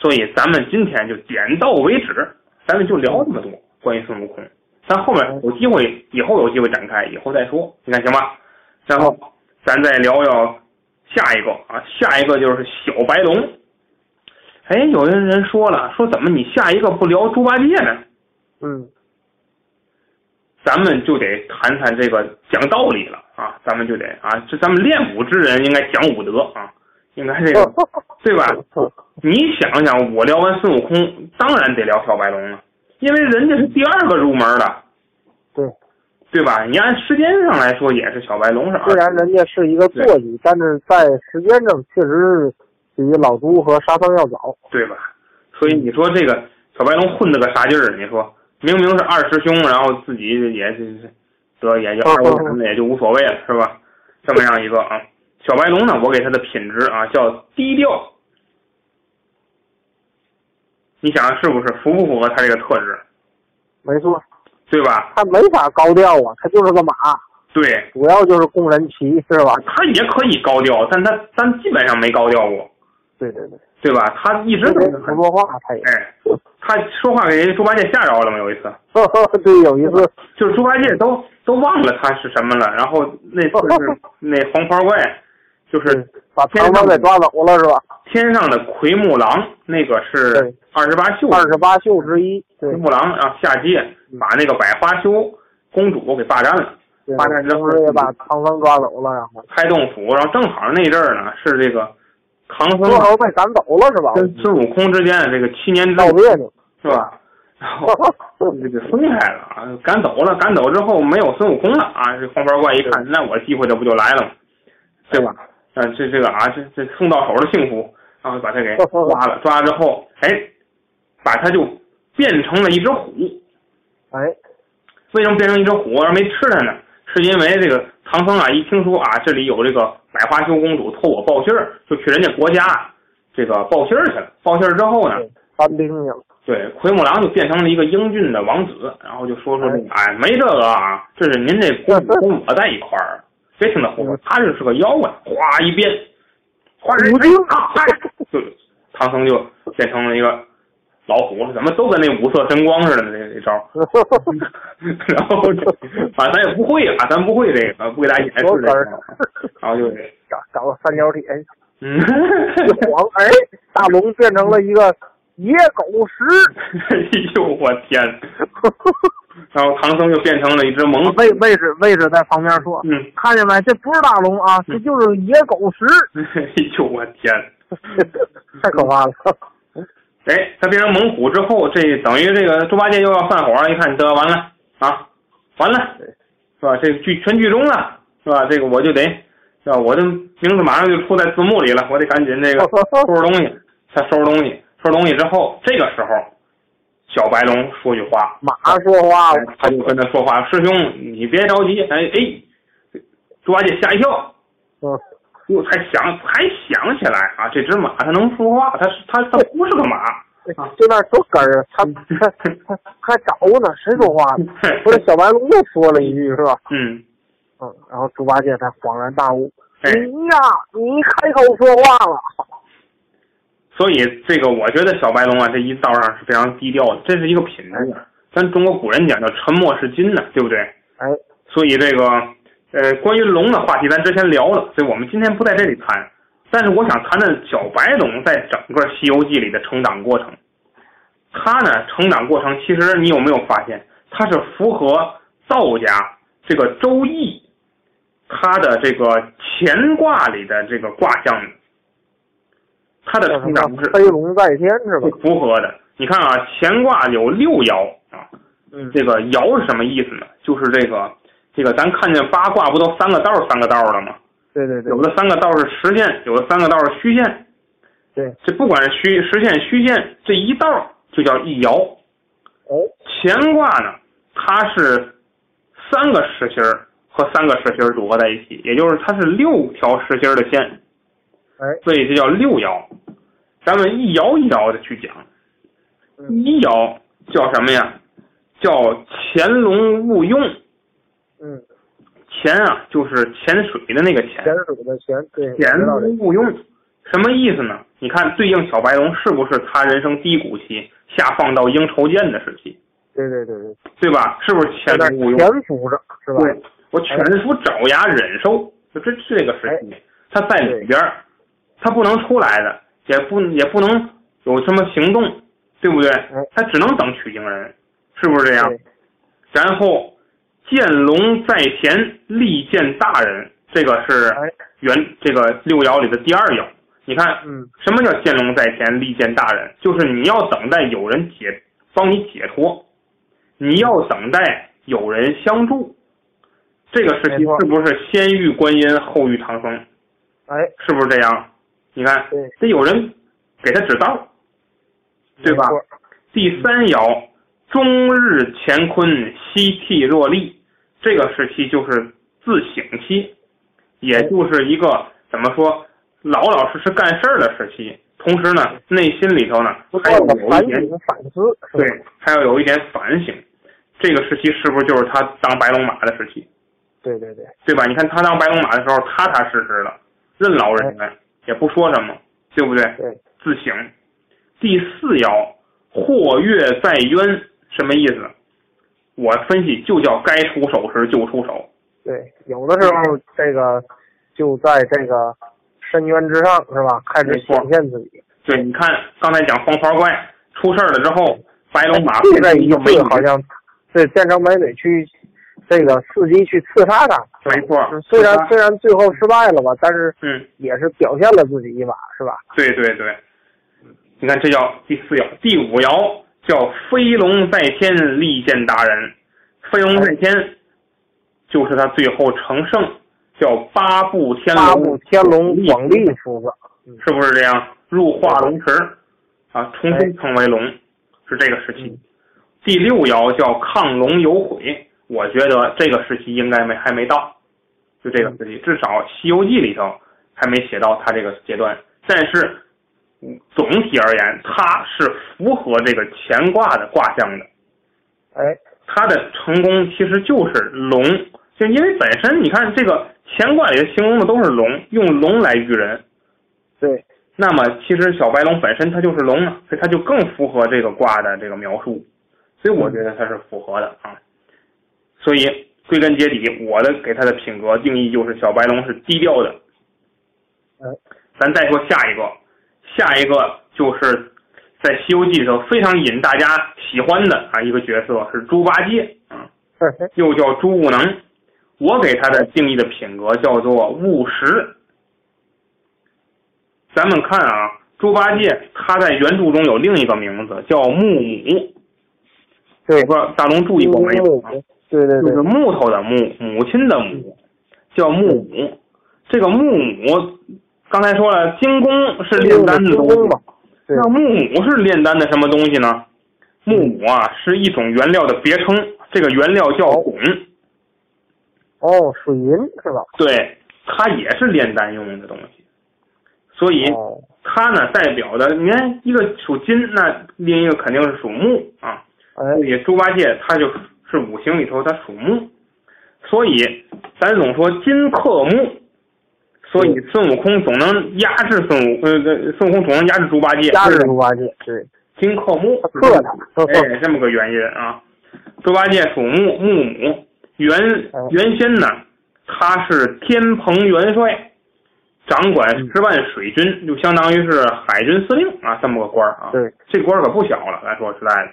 S1: 所以咱们今天就点到为止，咱们就聊这么多关于孙悟空，咱后面有机会，以后有机会展开，以后再说，你看行吧？然后咱再聊聊下一个啊，下一个就是小白龙。哎，有的人说了，说怎么你下一个不聊猪八戒呢？
S2: 嗯，
S1: 咱们就得谈谈这个讲道理了啊，咱们就得啊，这咱们练武之人应该讲武德啊，应该这
S2: 嗯
S1: 个
S2: [laughs]
S1: 对吧？你想想，我聊完孙悟空，当然得聊小白龙了，因为人家是第二个入门的，
S2: 对，
S1: 对吧？你按时间上来说也是小白龙是二
S2: 虽然人家是一个座椅，但是在时间上确实比老朱和沙僧要早。
S1: 对吧？所以你说这个小白龙混的个啥劲儿？你说明明是二师兄，然后自己也是得也就二五什么的也就无所谓了，是吧？这么样一个啊，小白龙呢，我给他的品质啊叫低调。你想是不是符不符合他这个特质，
S2: 没错，
S1: 对吧？
S2: 他没法高调啊，他就是个马，
S1: 对，
S2: 主要就是供人骑，是吧？
S1: 他也可以高调，但他但基本上没高调过，
S2: 对对对，
S1: 对吧？他一直
S2: 直
S1: 都
S2: 接
S1: 是
S2: 不
S1: 很
S2: 说话，他也。
S1: 哎，他说话给猪八戒吓着了吗？有一次，
S2: [laughs] 对，有一次，
S1: 就是猪八戒都都忘了他是什么了，然后那次
S2: [laughs]
S1: 是那黄袍怪，就是
S2: 把唐僧给抓走了，是吧？
S1: 天上的奎木狼，那个是
S2: 对
S1: 二十八宿
S2: 二十八宿之一，对嗯
S1: 奎木狼啊下界把那个百花羞公主给霸占了，
S2: 对，
S1: 八战之后
S2: 不是也把唐僧抓走了，然后
S1: 开洞府，然后正好那阵儿呢是这个唐僧
S2: 最后被赶走了，是吧？
S1: 跟孙悟空之间的这个七年之
S2: 道
S1: 痒
S2: 别扭，
S1: 是吧？然后就给
S2: [laughs]
S1: 分开了啊，赶走了，赶走之后没有孙悟空了啊，这黄袍怪一看，那我机会这不就来了吗？对吧？啊，这这个啊，这这送到手的幸福，然后把他给抓了，抓了之后，哎，把他就变成了一只虎。
S2: [laughs] 哎，
S1: 为什么变成一只虎而没吃它呢？是因为这个唐僧啊，一听说啊这里有这个百花羞公主托我报信儿，就去人家国家这个报信儿去了。报信儿之后呢，
S2: 对搬哎兵去了， [laughs]
S1: 对，奎木狼就变成了一个英俊的王子，然后就说说这个，哎，没这个啊，这是您这公主跟我在一块儿，别听他胡说，他就是个妖怪，哗一变，哗人
S2: 武
S1: 哎
S2: 丁
S1: 啊，哎，就唐僧就变成了一个老虎，怎么都跟那五色神光似的呢这这招儿， [laughs] 然后这反正咱也不会啊，咱不会这个，不给大家演示
S2: 我
S1: 这个
S2: 儿， [laughs]
S1: 然后就这，
S2: 搞搞个三角铁哎
S1: [laughs] 嗯，
S2: 一晃，哎，大龙变成了一个野狗
S1: [laughs]
S2: 食，
S1: 哎呦我天，然后唐僧就变成了一只猛虎，
S2: 位位置位置在旁边说，
S1: 嗯。
S2: 看见没？这不是大龙啊，这就是野狗
S1: [laughs]
S2: 食，
S1: 哎呦我天！
S2: 太可怕了。
S1: 啊哎，他变成猛虎之后，这等于这个猪八戒又要散伙了。一看得完了啊，完了，是吧？这剧全剧终了，是吧？这个我就得，是吧？我这名字马上就出在字幕里了，我得赶紧 [laughs] 这个
S2: [laughs]
S1: 收拾东西。他收拾东西，收拾东西之后，这个时候，小白龙说句话，
S2: 马说话了，
S1: 他就跟他说话：“师兄，你别着急。”哎哎，猪八戒吓一跳，
S2: 嗯，
S1: 哟，才想才想起来啊，这只马它能说话，它是它它不是个马，啊
S2: 就那说哏儿，
S1: [laughs]
S2: 他他他还找呢，谁说话呢？嗯不是小白龙又说了一句是吧？
S1: 嗯，
S2: 嗯，然后猪八戒才恍然大悟，
S1: 哎，
S2: 你呀，你开口说话了，
S1: 所以这个我觉得小白龙啊，这一道上是非常低调的，这是一个品
S2: 嗯
S1: 质啊。咱中国古人讲叫沉默是金呢，对不对？
S2: 哎，
S1: 所以这个呃，关于龙的话题咱之前聊了，所以我们今天不在这里谈。但是我想谈谈小白龙在整个《西游记》里的成长过程。他呢，成长过程其实你有没有发现，他是符合道家这个周易他的这个乾卦里的这个卦象的，他的
S2: 叫什
S1: 成
S2: 么
S1: 长是
S2: 飞龙在天是吧
S1: 不？符合的。你看啊，乾卦有六爻啊，
S2: 嗯，
S1: 这个爻是什么意思呢？就是这个这个，咱看见八卦不都三个道儿三个道儿的吗？
S2: 对对对
S1: 有，的三个道儿是实线，有的三个道儿是虚线。
S2: 对，
S1: 这不管是虚实线、虚线，这一道儿就叫一爻。
S2: 哦，
S1: 乾卦呢，它是三个实心儿和三个实心儿组合在一起，也就是它是六条实心儿的线，
S2: 哎，
S1: 所以这叫六爻。咱们一爻一爻的去讲，
S2: 嗯
S1: 一爻叫什么呀？叫潜龙勿用。
S2: 嗯，
S1: 潜啊，就是潜水的那个潜
S2: 潜。水的潜，对，我
S1: 潜
S2: 知道这
S1: 龙勿用，什么意思呢？你看对应小白龙是不是他人生低谷期下放到应酬剑的时期，
S2: 对对对对，
S1: 对吧？是不是
S2: 在
S1: 潜
S2: 那
S1: 龙勿用？
S2: 潜伏着是吧？
S1: 对，我全书爪牙忍受，就这这个时
S2: 哎
S1: 期，他在里边儿，他不能出来的，也不也不能有什么行动，对不对
S2: 嗯？
S1: 他只能等取经人，是不是这样
S2: 对？
S1: 然后见龙在前，利见大人，这个是
S2: 哎，
S1: 原这个六爻里的第二爻。你看，
S2: 嗯，
S1: 什么叫见龙在前，利见大人？就是你要等待有人解帮你解脱，你要等待有人相助。这个时期
S2: 没错
S1: 是不是先遇观音后遇唐僧？
S2: 哎，
S1: 是不是这样？你看
S2: 对，
S1: 得有人给他指道，对吧
S2: 没错？
S1: 第三爻，终日乾坤，夕替若厉，这个时期就是自省期，也就是一个怎么说，老老实实干事儿的时期。同时呢，内心里头呢
S2: 不
S1: 还有
S2: 断的
S1: 有
S2: 反
S1: 一点
S2: 省反思，是吧
S1: 对，还要有一点反省。这个时期是不是就是他当白龙马的时期，
S2: 对对对，
S1: 对吧？你看他当白龙马的时候，踏踏实实的，任劳任怨，也不说什么，对不对？
S2: 对，
S1: 自省。第四爻，或跃在渊，什么意思？我分析就叫该出手时就出手，
S2: 对，有的时候这个就在这个深渊之上，是吧？开始
S1: 没错
S2: 显现自己。
S1: 对，你看刚才讲黄袍怪出事儿了之后，白龙马
S2: 这个哎一
S1: 就没
S2: 次好像，对，变成美女去这个伺机去刺杀他。
S1: 没错
S2: 是虽然
S1: 刺杀
S2: 虽然最后失败了吧，但是
S1: 嗯，
S2: 也是表现了自己一把，是吧？
S1: 对对对，你看这叫第四爻，第五爻叫飞龙在天，利见达人。飞龙在天就是他最后成圣，叫八部天
S2: 八
S1: 龙
S2: 部，天龙广利嗯菩萨，
S1: 是不是这样？入化龙池啊，重新成为龙，是这个时
S2: 嗯
S1: 期。第六爻叫亢龙有悔，我觉得这个时期应该没还没到，就这个时期，至少《西游记》里头还没写到他这个阶段。但是嗯总体而言，他是符合这个乾卦的卦象的。
S2: 哎，
S1: 他的成功其实就是龙，就因为本身你看这个乾卦里的形容的都是龙，用龙来喻人，
S2: 对，
S1: 那么其实小白龙本身它就是龙啊，所以它就更符合这个卦的这个描述，所以我觉得它是符合的啊。所以归根结底，我的给它的品格定义就是小白龙是低调的
S2: 哎。
S1: 咱再说下一个，下一个就是在《西游记》里头非常引大家喜欢的啊一个角色是猪八戒啊，
S2: 是
S1: 又叫猪悟能。我给他的定义的品格叫做务实。咱们看啊，猪八戒他在原著中有另一个名字叫木母，
S2: 对
S1: 我不，知道大龙注意过没有啊？
S2: 对对
S1: 就
S2: 对
S1: 是，木头的木，母亲的母，叫木母。这个木母，刚才说了，精工是炼丹的东西
S2: 吧，，对
S1: 那木母是炼丹的什么东西呢？木母啊是一种原料的别称，这个原料叫汞。
S2: 哦，水银是吧？
S1: 对，它也是炼丹用的东西，所以
S2: 哦，
S1: 它呢代表的，你看一个属金，那另一个肯定是属木啊。
S2: 哎，
S1: 所以猪八戒它就是五行里头它属木，所以咱总说金克木，所以孙悟空总能压制孙悟呃呃孙悟空总能压制猪八戒，
S2: 压制猪八戒，对，
S1: 金克木，
S2: 他克他，呵呵，
S1: 哎，这么个原因啊。猪八戒属木木母，原
S2: 哦
S1: 原先呢，他是天蓬元帅，掌管十万水军，就相当于是海军司令啊，这么个官儿啊。
S2: [laughs] 对，
S1: 这官儿可不小了，咱说实在的。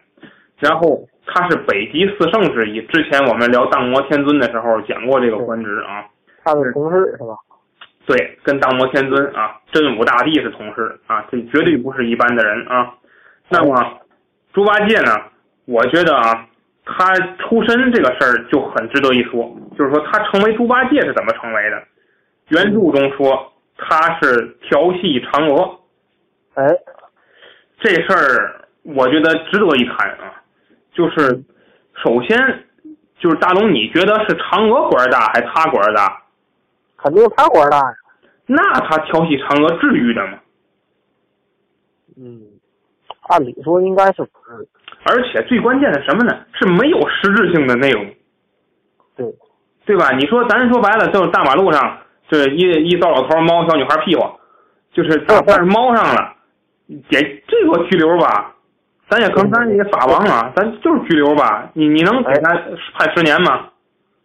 S1: 然后他是北极四圣之一，之前我们聊荡魔天尊的时候讲过这个官职啊。
S2: 他的同事是吧？
S1: 对，跟荡魔天尊啊、真武大帝是同事啊，这绝对不是一般的人啊。那么猪八戒呢？我觉得啊，他出身这个事儿就很值得一说，就是说他成为猪八戒是怎么成为的？原著中说他是调戏嫦娥，
S2: 哎，
S1: 这事儿我觉得值得一谈啊。就是首先就是大龙，你觉得是嫦娥官儿大还是他官儿大？
S2: 肯定他官大呀，
S1: 那他调戏嫦娥至于的吗？
S2: 嗯，按理说应该是不是？
S1: 而且最关键的什么呢？是没有实质性的内容，
S2: 对，
S1: 对吧？你说咱说白了，就是大马路上，这一一糟老头猫小女孩屁股，就是打算是猫上了，也这个拘留吧，咱也可能咱也法王啊，咱就是拘留吧，你你能给他判十年吗？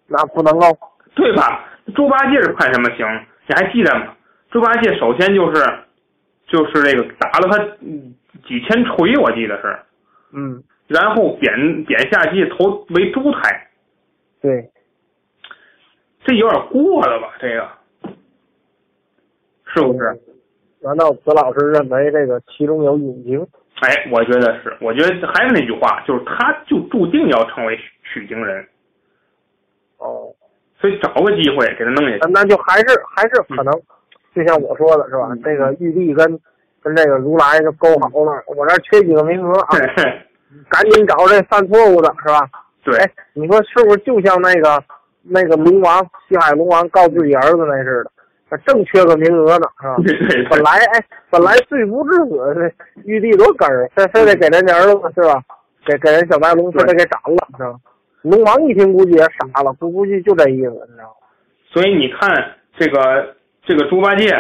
S2: 那不能够，
S1: 对吧？猪八戒是判什么刑？你还记得吗？猪八戒首先就是就是这个打了他嗯几千锤，我记得是，
S2: 嗯，
S1: 然后贬贬下界投为猪胎。
S2: 对，
S1: 这有点过了吧？这个是不是？
S2: 难道子老师认为这个其中有隐情？
S1: 哎，我觉得是，我觉得还是那句话，就是他就注定要成为取经人，
S2: 哦，
S1: 所以找个机会给他弄 [laughs] 下去。
S2: 那就还是还是可能，就像我说的是吧？
S1: 嗯
S2: 这个玉帝跟跟这个如来就勾好了，我这儿缺几个名额啊，赶紧找这犯错误的是吧？
S1: [laughs] 对，
S2: 哎，你说是不是就像那个那个龙王西海龙王告自己儿子那似的，他正缺个名额呢，是吧？
S1: 对对
S2: 本
S1: 对，
S2: 来哎，本来罪不至死，这玉帝多哏儿，非非得给人家儿子是吧？给给人小白龙非得给斩了，是吧？龙王一听估计也傻了，估估计就这意思，你知道吗？
S1: 所以你看这个这个猪八戒，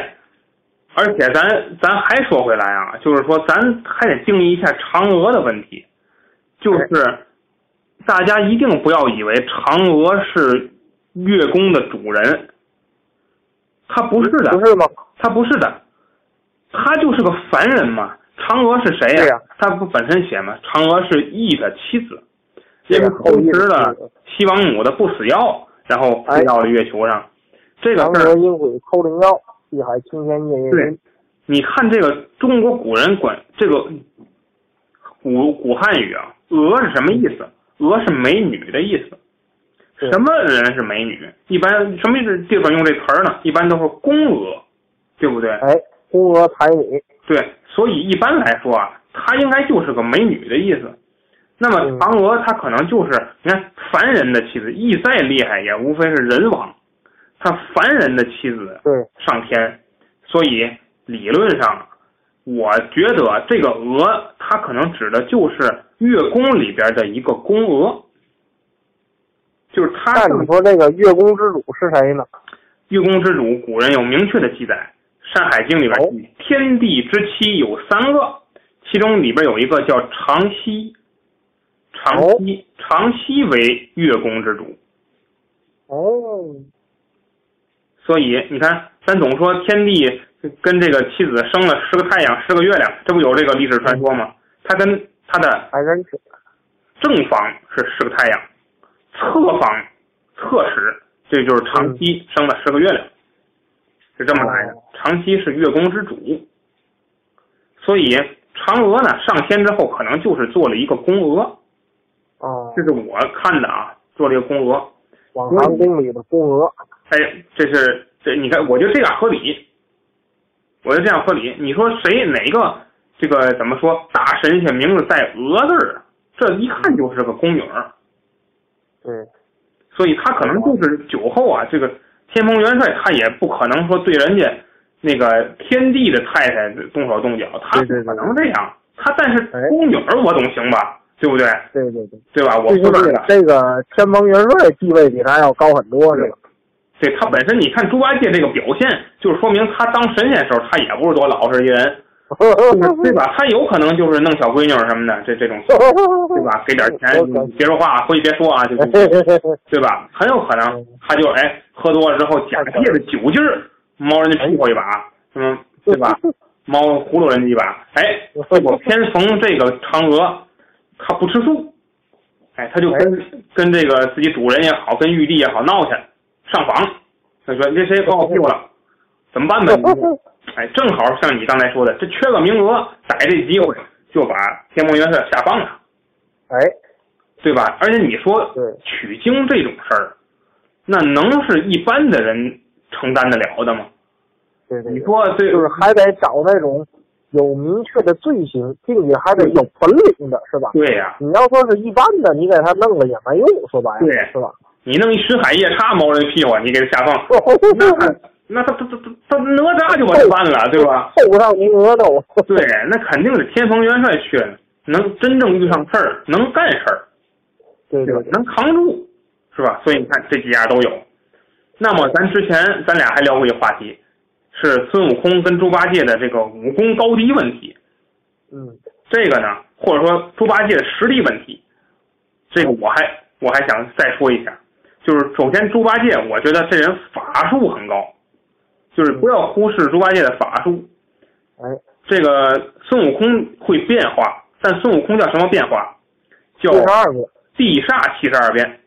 S1: 而且咱咱还说回来啊，就是说咱还得定义一下嫦娥的问题，就是大家一定不要以为嫦娥是月宫的主人，她不是的，
S2: 不是吗？
S1: 他不是的，他就是个凡人嘛。嫦娥是谁
S2: 对
S1: 哎呀、
S2: 呀
S1: 他不本身写吗？嫦娥是羿的妻子，
S2: 对
S1: 因
S2: 呀
S1: 为偷吃了
S2: 后羿的妻子
S1: 西王母的不死药，然后飞到了月球上。这个
S2: 嫦
S1: 事
S2: 娥
S1: 儿，
S2: 阴鬼扣灵妖，一海青天夜夜
S1: 对
S2: 云。
S1: 你看这个中国古人管这个古古汉语啊，娥是什么意思？娥是美女的意思。
S2: 对
S1: 什么人是美女？一般什么地方用这词儿呢？一般都是宫娥，对不对？
S2: 哎，宫娥彩女，
S1: 对，所以一般来说啊，她应该就是个美女的意思。那么
S2: 嗯
S1: 嫦娥她可能就是，你看凡人的妻子，羿再厉害也无非是人王，她凡人的妻子
S2: 对，
S1: 上天，所以理论上，我觉得这个娥她可能指的就是月宫里边的一个宫娥，就是她
S2: 那你说这个月宫之主是谁呢？
S1: 月宫之主，古人有明确的记载，《山海经》里边
S2: 哦
S1: 记天地之妻有三个，其中里边有一个叫长息，长息，长息为月宫之主。
S2: 哦，
S1: 所以你看，咱总说天帝跟这个妻子生了十个太阳、十个月亮，这不有这个历史传说吗？他跟他的
S2: 还真是。
S1: 正房是十个太阳，侧房侧室，这就是长息生了十个月亮，是这么来的
S2: 哦。
S1: 长息是月宫之主，所以嫦娥呢上天之后可能就是做了一个宫娥，
S2: 哦
S1: 这，是我看的啊，做了一个宫娥。
S2: 往航宫里的宫娥，
S1: 哎，这是这你看，我觉得这样合理，我觉得这样合理。你说谁哪个这个怎么说大神仙名字带娥字儿，啊这一看就是个宫女儿。
S2: 对，
S1: 所以他可能就是酒后啊，这个天蓬元帅他也不可能说对人家那个天帝的太太动手动脚，他
S2: 对对对
S1: 不可能这样。他但是
S2: 哎
S1: 宫女儿我总行吧，对不对？
S2: 对对对，
S1: 对吧？我
S2: 这
S1: 不
S2: 就是
S1: 是
S2: 个这个天蓬元帅地位比他要高很多，是吧？
S1: 对他本身，你看猪八戒这个表现，就是说明他当神仙的时候，他也不是多老实一人，对
S2: [laughs] 对
S1: 吧？他有可能就是弄小闺女儿什么的，这这种，对
S2: 对
S1: 吧？给点钱，你你别说话，回去别说啊，
S2: [laughs]
S1: 就就对吧？很有可能
S2: 嗯
S1: 他就哎喝多了之后假借着酒劲儿猫人家屁股一把，嗯，哎对吧？？猫葫芦人家一把，哎，结果偏逢这个嫦娥，她不吃素，哎，她就跟、跟这个自己主人也好，跟玉帝也好闹去，上访，他说这谁搞我屁股了，怎么办呢？ [laughs] 哎，正好像你刚才说的，这缺个名额，逮这机会就把天蓬元帅下放了，
S2: [laughs] 哎，
S1: 对吧？而且你说
S2: 对，
S1: 取经这种事儿，那能是一般的人承担得了的吗？
S2: 对对，
S1: 你说这
S2: 就是还得找那种有明确的罪行，并且还得有本领的，是吧？
S1: 对呀、
S2: 你要说是一般的，你给他弄了也没用，说白了，是吧？
S1: 你弄一巡海夜叉猫人屁股，你给他下放，
S2: [laughs]
S1: 那他那他他他他他哪吒就把他办了，对吧？
S2: 凑不上名额呢，我。
S1: 对，那肯定是天蓬元帅去了，能真正遇上事儿，能干事儿，
S2: [laughs] 对
S1: 对
S2: 对
S1: 吧？能扛住，是吧？所以你看这几家都有。那么咱之前咱俩还聊过一个话题，是孙悟空跟猪八戒的这个武功高低问题。
S2: 嗯，
S1: 这个呢，或者说猪八戒的实力问题，这个我还我还想再说一下，就是首先猪八戒，我觉得这人法术很高，就是不要忽视猪八戒的法术。
S2: 哎，
S1: 这个孙悟空会变化，但孙悟空叫什么变化？叫
S2: 四十二个，
S1: 地煞七十二变，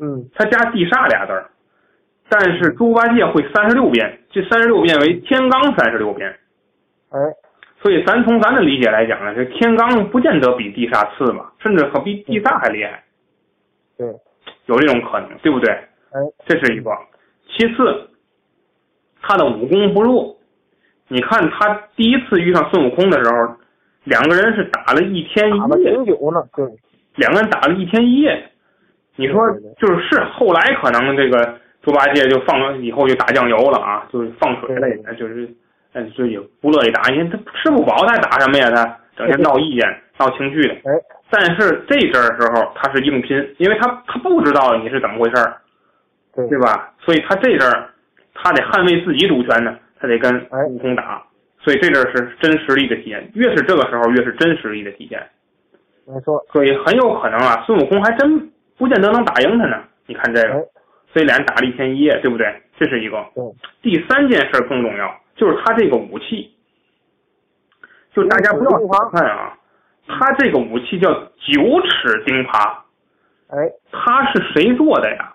S2: 嗯，
S1: 他加地煞俩字儿。但是猪八戒会三十六变，这三十六变为天罡三十六变。
S2: 哎，
S1: 所以咱从咱的理解来讲呢，这天罡不见得比地煞次嘛，甚至可比地煞还厉害，
S2: 对，
S1: 有这种可能，对不对？
S2: 哎，
S1: 这是一个。其次，他的武功不弱。你看他第一次遇上孙悟空的时候，两个人是打了一天
S2: 打了
S1: 一夜，
S2: 挺久呢，对，
S1: 两个人打了一天一夜。你说
S2: 对对对
S1: 就是是后来可能这个猪八戒就放以后就打酱油了啊，就是放水类的，就是哎就也不乐意打，因为他吃不饱，他还打什么呀？他整天闹意见、闹情绪的。
S2: 哎，
S1: 但是这阵儿时候他是硬拼，因为他他不知道你是怎么回事儿，
S2: 对
S1: 对吧？所以他这阵儿他得捍卫自己主权呢，他得跟
S2: 哎
S1: 悟空打，所以这阵儿是真实力的体现。越是这个时候，越是真实力的体现。
S2: 没错，
S1: 所以很有可能啊，孙悟空还真不见得能打赢他呢。你看这
S2: 哎
S1: 个，所以俩人打了一天一夜，对不对？这是一个。
S2: 对，
S1: 第三件事儿更重要，就是他这个武器，就大家不要小看啊，他这个武器叫九齿钉耙，
S2: 哎，
S1: 他是谁做的呀？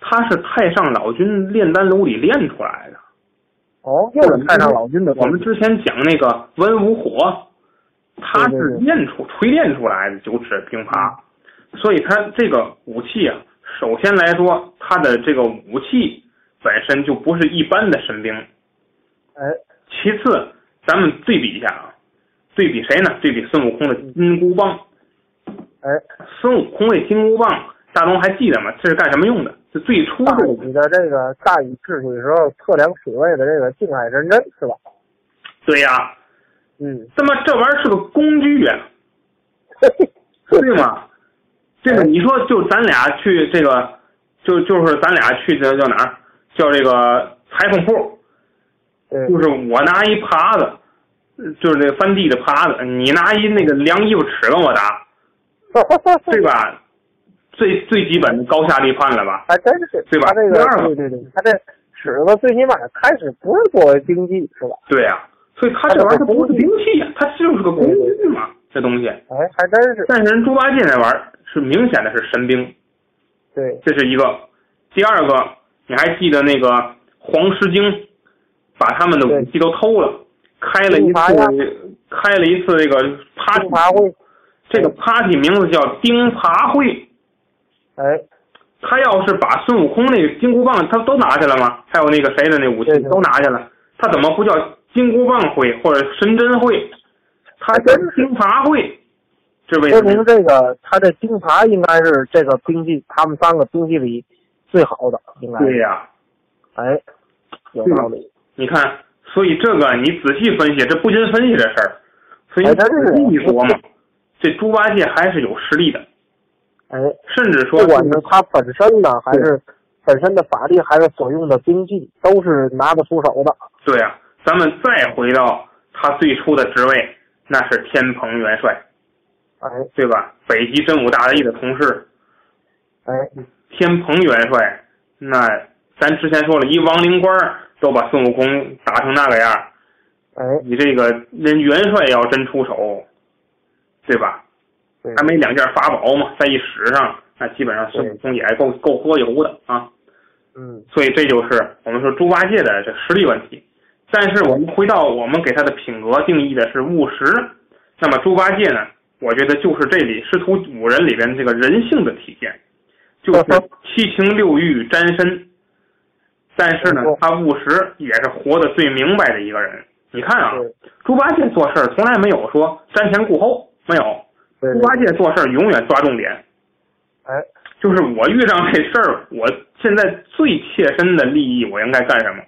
S1: 他是太上老君炼丹炉里炼出来的。
S2: 哦，又是太上老君的
S1: 我们之前讲那个文武火，他
S2: 对
S1: 是
S2: 对对
S1: 炼出锤炼出来的九齿钉耙，所以他这个武器啊，首先来说，他的这个武器本身就不是一般的神兵。
S2: 哎，
S1: 其次，咱们对比一下啊，对比谁呢？对比孙悟空的金箍棒。
S2: 哎，
S1: 孙悟空这金箍棒，大龙还记得吗？这是干什么用的？就最初
S2: 大
S1: 是
S2: 禹的这个大禹治水时候测量水位的这个定海神针是吧？
S1: 对呀、
S2: 嗯，
S1: 那么这玩意儿是个工具呀、对吗？这个你说，就咱俩去这个，就就是咱俩去这叫哪儿？叫这个裁缝铺，
S2: 对， [laughs]
S1: 就是我拿一耙子，呃就是那翻地的耙子，你拿一那个量衣服尺跟我打，对吧？啊最最基本的高下立判了吧？
S2: 还真是，
S1: 对吧
S2: 他这
S1: 第
S2: 个
S1: 二个
S2: 对对对，他这尺子最起码开始不是作为兵器是吧？
S1: 对呀、所以它这玩意儿不是兵器呀、它就是个工具嘛，这东西。
S2: 哎，还真是，
S1: 但是人猪八戒那玩意儿是明显的是神兵，
S2: 对，
S1: 这是一个。第二个，你还记得那个黄狮精把他们的武器都偷了，开了一
S2: 兵伐呀
S1: 次开了一次这个
S2: 兵伐
S1: party，
S2: 会，
S1: 这个 party 名字叫钉耙会。
S2: 哎，
S1: 他要是把孙悟空那个金箍棒他都拿去了吗？还有那个谁的那武器
S2: 对对
S1: 都拿去了，他怎么不叫金箍棒会或者神针会？他
S2: 还
S1: 叫
S2: 真是
S1: 钉耙会，这为
S2: 说
S1: 什
S2: 明
S1: 么？
S2: 这个他这钉耙应该是这个兵器，他们三个兵器里最好的，应该是
S1: 对呀、
S2: 哎，有
S1: 对吧
S2: 道理，
S1: 你看，所以这个你仔细分析，这不禁分析这事儿，所以你
S2: 哎真是
S1: 仔细一琢磨，这猪八戒还是有实力的，
S2: 哎，
S1: 甚至说
S2: 不管是他本身呢，还是本身的法力，还是所用的兵器，都是拿得出手的。
S1: 对啊，咱们再回到他最初的职位，那是天蓬元帅，
S2: 哎
S1: 对吧？北极真武大帝的同事，
S2: 哎，
S1: 天蓬元帅，那咱之前说了，一亡灵官儿都把孙悟空打成那个样儿，
S2: 哎，
S1: 你这个人元帅要真出手，对吧？
S2: 对
S1: 还没两件法宝嘛，在一使上，那基本上孙悟空也够够喝油的啊。
S2: 嗯，
S1: 所以这就是我们说猪八戒的这实力问题。但是我们回到我们给他的品格定义的是务实，那么猪八戒呢，我觉得就是这里师徒五人里边这个人性的体现，就是
S2: 嗯
S1: 七情六欲沾身。但是呢
S2: 没错，
S1: 他务实也是活得最明白的一个人。你看啊，
S2: 对
S1: 猪八戒做事儿从来没有说瞻前顾后，没有，
S2: 对
S1: 猪八戒做事儿永远抓重点，
S2: 哎，
S1: 就是我遇上这事儿，我现在最切身的利益，我应该干什么？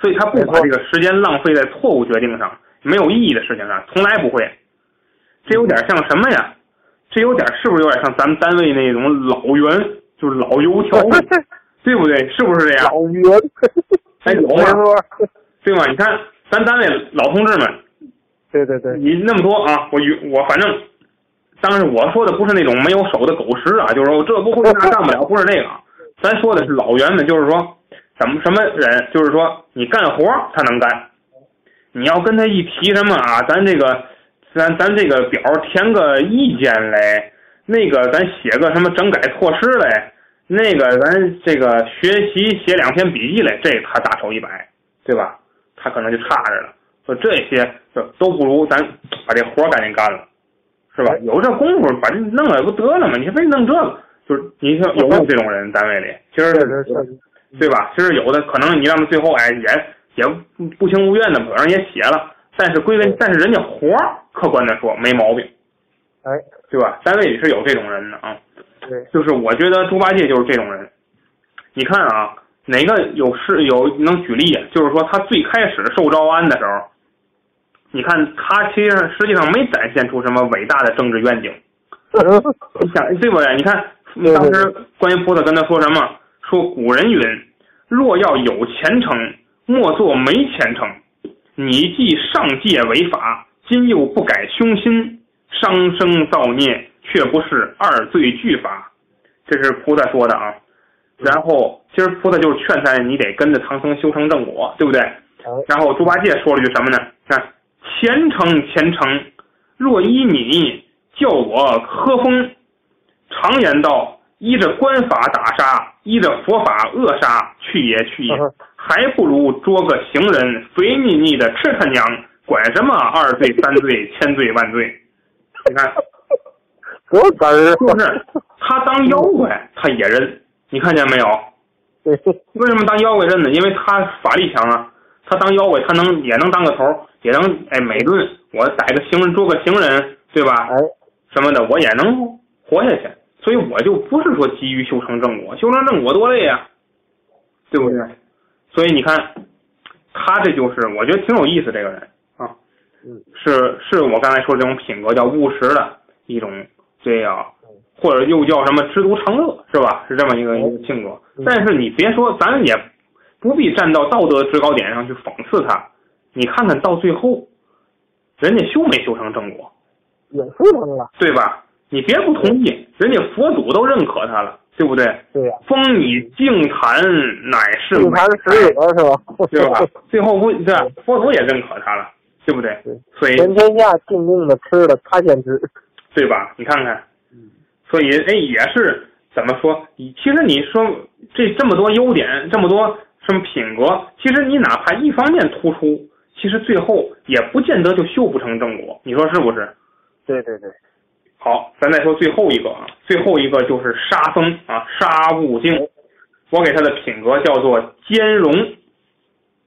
S1: 所以他不把这个时间浪费在错误决定上、没有意义的事情上，从来不会。这有点像什么呀？这有点是不是有点像咱们单位那种老员，就是老油
S2: [laughs]
S1: 条，对不对？是不是这样？
S2: 老
S1: [laughs]
S2: 袁，
S1: 哎有
S2: 我
S1: 啊
S2: 说，
S1: 对吗？你看咱单位老同志们，
S2: 对对对，
S1: 你那么多啊，我与我反正，当然我说的不是那种没有手的狗食啊，就是说我这不会那干不
S2: [laughs]
S1: 了，不是那个啊，咱说的是老员们，就是说怎么什么人，就是说你干活儿他能干，你要跟他一提什么啊，咱这个咱咱这个表儿填个意见嘞，那个咱写个什么整改措施嘞，那个咱这个学习写两篇笔记嘞，这个他大手一摆，对吧？他可能就差着了。就这些就都不如咱把这活儿赶紧干了，是吧？有这功夫把这弄了不得了吗？你非弄这个，就是你像有没有这种人单位里？其实
S2: 确实确实，
S1: 对吧？其实有的可能你让他最后哎也也不情无愿的，可能也写了，但是归根
S2: 对，
S1: 但是人家活儿客观的说没毛病，
S2: 哎，
S1: 对吧？单位里是有这种人的啊，
S2: 对，
S1: 就是我觉得猪八戒就是这种人。你看啊，哪个有是有能举例啊？就是说他最开始受招安的时候，你看他其实实际上没展现出什么伟大的政治愿景。
S2: 嗯
S1: 你
S2: 哎
S1: 想对不对？你看
S2: 对对
S1: 当时观音菩萨跟他说什么？说古人云：“若要有前程，莫做没前程。你既上界为法，今又不改凶心，伤生造孽，却不是二罪俱罚。”这是菩萨说的啊。然后，其实菩萨就是劝他，你得跟着唐僧修成正果，对不对？
S2: 哎，
S1: 然后猪八戒说了句什么呢？看前程前程，若依你叫我喝风。常言道，依着官法打杀，依着佛法扼杀，去也去
S2: 嗯
S1: 也，还不如捉个行人，肥腻腻的吃他娘，管什么二罪三罪千罪万罪？你看，
S2: [laughs] 多哏儿啊，
S1: 就是他当妖怪他也认，你看见没有？
S2: [laughs] 对，
S1: 为什么当妖怪认呢？因为他法力强啊，他当妖怪，他能也能当个头儿，也能哎每顿我逮个行人捉个行人，对吧
S2: 哎？，
S1: 什么的，我也能活下去。所以我就不是说急于修成正果，修成正果多累啊，对不对？所以你看，他这就是我觉得挺有意思这个人啊
S2: 嗯，
S1: 是是我刚才说这种品格叫务实的一种这样，或者又叫什么知足常乐是吧？是这么一个一个性格
S2: 嗯。
S1: 但是你别说，咱也不必站到道德制高点上去讽刺他，你看看到最后，人家修没修成正果？
S2: 也是能了，
S1: 对吧？你别不同意，人家佛祖都认可他了，对不对？
S2: 对呀，
S1: 风以净坛乃是
S2: 一盘石
S1: 美，
S2: 榴是吧？
S1: 对吧？最后不对吧，佛祖也认可他了，对不对
S2: 对？
S1: 所以
S2: 全天下静静的吃了，他先吃。
S1: 对吧？你看看
S2: 嗯，
S1: 所以哎，也是怎么说？你其实你说这这么多优点，这么多什么品格，其实你哪怕一方面突出，其实最后也不见得就修不成正果，你说是不是？
S2: 对对对，
S1: 好，咱再说最后一个啊，最后一个就是沙僧啊，沙悟净，我给他的品格叫做兼容。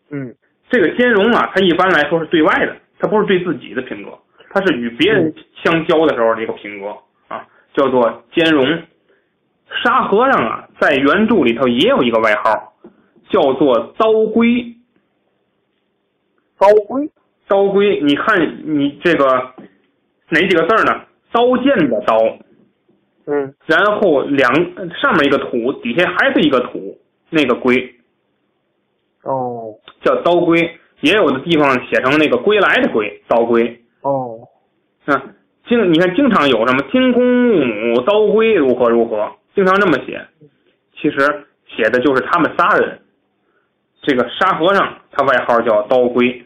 S2: 嗯，
S1: 这个兼容啊，它一般来说是对外的，它不是对自己的品格，它是与别人相交的时候的一个品格啊，叫做兼容。沙和尚啊，在原著里头也有一个外号，叫做刀龟。
S2: 高规
S1: 刀龟，你看你这个哪几个字儿呢？刀剑的刀，
S2: 嗯，
S1: 然后两上面一个土，底下还是一个土，那个龟
S2: 哦
S1: 叫刀龟，也有的地方写成那个归来的归，刀龟。
S2: 哦，
S1: 嗯，经你看经常有什么金公木母刀龟如何如何，经常这么写，其实写的就是他们仨人。这个沙和尚他外号叫刀龟，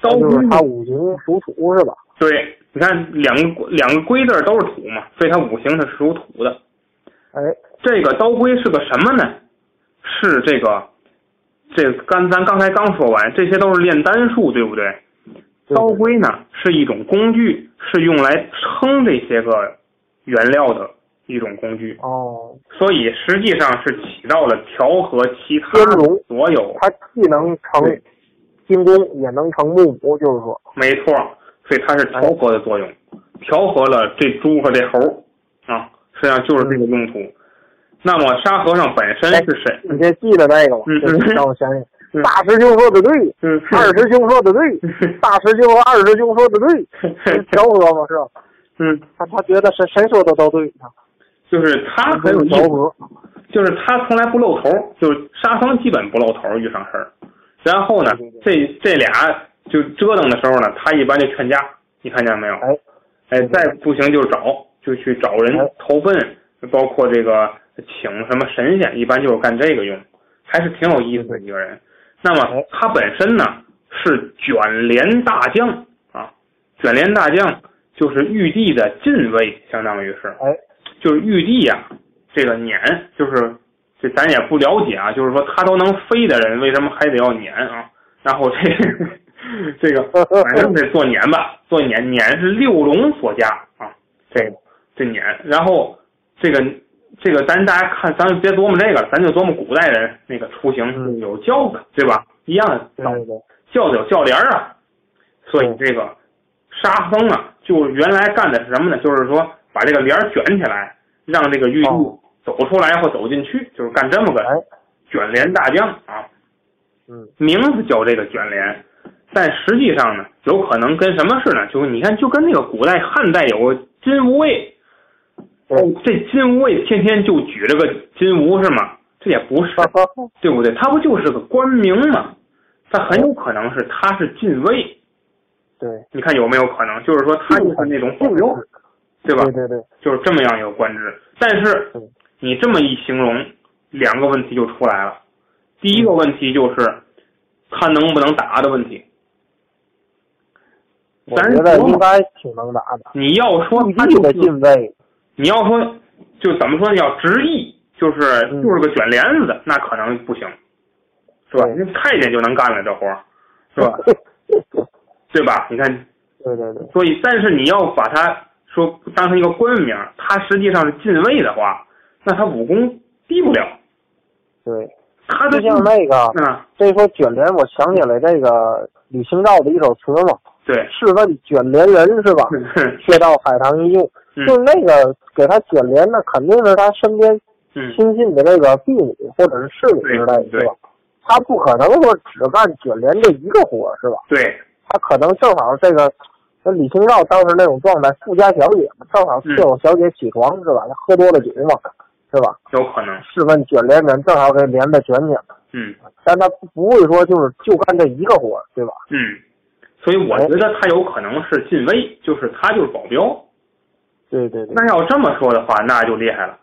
S1: 刀
S2: 那啊就是
S1: 龟
S2: 他五行属土是吧？
S1: 对，你看两个两个龟字儿都是土嘛，所以它五行它是属土的。
S2: 哎，
S1: 这个刀龟是个什么呢？是这个，这个刚咱刚才刚说完，这些都是炼丹术，对不对？
S2: 对
S1: 刀龟呢是一种工具，是用来称这些个原料的一种工具，
S2: 哦，
S1: 所以实际上是起到了调和其他
S2: 兼容
S1: 所有
S2: 他既能成
S1: 对
S2: 金工，也能成木母，就是说，
S1: 没错，所以它是调和的作用，调和了这猪和这猴儿啊，实际上就是这个用途。
S2: 嗯
S1: 那么沙和尚本身是谁？
S2: 你这记得那个吧？
S1: 嗯
S2: 这
S1: 嗯
S2: 让我想想
S1: 嗯，
S2: 大师兄说的对，
S1: 嗯
S2: 哎二
S1: [laughs]
S2: 师兄说的对，大师兄和二师兄说的对，这调和嘛是吧？
S1: 嗯，
S2: 他他觉得谁谁说的都对，
S1: 就是他啊很有意
S2: 调
S1: 思，
S2: 和，
S1: 就是他从来不露头儿，就是沙僧基本不露头儿遇上事儿。然后呢，这这俩就折腾的时候呢，他一般就劝架，你看见没有？
S2: 哎，
S1: 哎，再不行就找，就去找人
S2: 哎
S1: 投奔，包括这个请什么神仙，一般就是干这个用，还是挺有意思的一个人。那么
S2: 哎
S1: 他本身呢是卷帘大将啊，卷帘大将就是玉帝的近卫，相当于是。
S2: 哎，
S1: 就是玉帝呀、这个撵，就是这咱也不了解啊，就是说他都能飞的人，为什么还得要撵啊？然后这这个反
S2: [laughs]
S1: 正得做年吧，做年年是六龙所加啊，这个这年，然后这个这个咱大家看，咱们别琢磨这个了，咱就琢磨古代人那个出行是有轿子，对吧？一样的
S2: 对
S1: 道理
S2: 对对，
S1: 轿子有轿帘儿啊，所以
S2: 嗯
S1: 这个沙僧啊，就原来干的是什么呢？就是说把这个帘儿卷起来，让这个玉
S2: 哦
S1: 兔走出来或走进去，就是干这么个
S2: 哎，
S1: 卷帘大将啊。
S2: 嗯，
S1: 名字叫这个卷帘，但实际上呢，有可能跟什么似的？就是你看，就跟那个古代汉代有个金吾卫，
S2: 对，
S1: 这金吾卫天天就举着个金吾是吗？这也不是，
S2: 啊
S1: 对不对？他不就是个官名吗？他很有可能是他是禁卫，
S2: 对，嗯
S1: 你看有没有可能？就是说他就是那种保镖，对吧？
S2: 对对对，
S1: 就是这么样一个官职。但是
S2: 嗯
S1: 你这么一形容，两个问题就出来了。第一个问题就是他能不能打的问题。
S2: 我
S1: 咱
S2: 觉得
S1: 说嘛
S2: 应该挺能打的，
S1: 你要说
S2: 陆
S1: 他
S2: 地
S1: 就
S2: 的
S1: 是，
S2: 进位，
S1: 你要说就怎么说呢？要直译，就是
S2: 嗯
S1: 就是个卷帘子的，那可能不行，是吧？人家太监就能干了这活儿，是吧？对吧？你看
S2: [laughs] 对对对，
S1: 所以，但是你要把它说当成一个官名，他实际上是禁卫的话，那他武功低不了。
S2: 对，
S1: 他的
S2: 就像那个，
S1: 啊，
S2: 这说卷帘，我想起来这个李清照的一首词嘛，
S1: 对， [laughs]
S2: 试问卷帘人是吧？却道海棠一用，
S1: 嗯
S2: 就是那个给他卷帘的肯定是他身边
S1: 嗯，
S2: 亲近的这个婢女或者是侍女之类的，
S1: 对
S2: 是吧？他不可能说只干卷帘这一个活儿，是吧？
S1: 对，
S2: 他可能正好这个，那李清照当时那种状态，富家小姐嘛，正好
S1: 嗯
S2: 伺候小姐起床，是吧？她喝多了酒嘛，是吧？
S1: 有可能，
S2: 试问卷帘人正好给帘子卷起来，
S1: 嗯
S2: 但他不不会说就是就干这一个活儿，对吧？
S1: 嗯，所以我觉得他有可能是禁卫，就是他就是保镖。
S2: 对对对，
S1: 那要这么说的话，那就厉害了，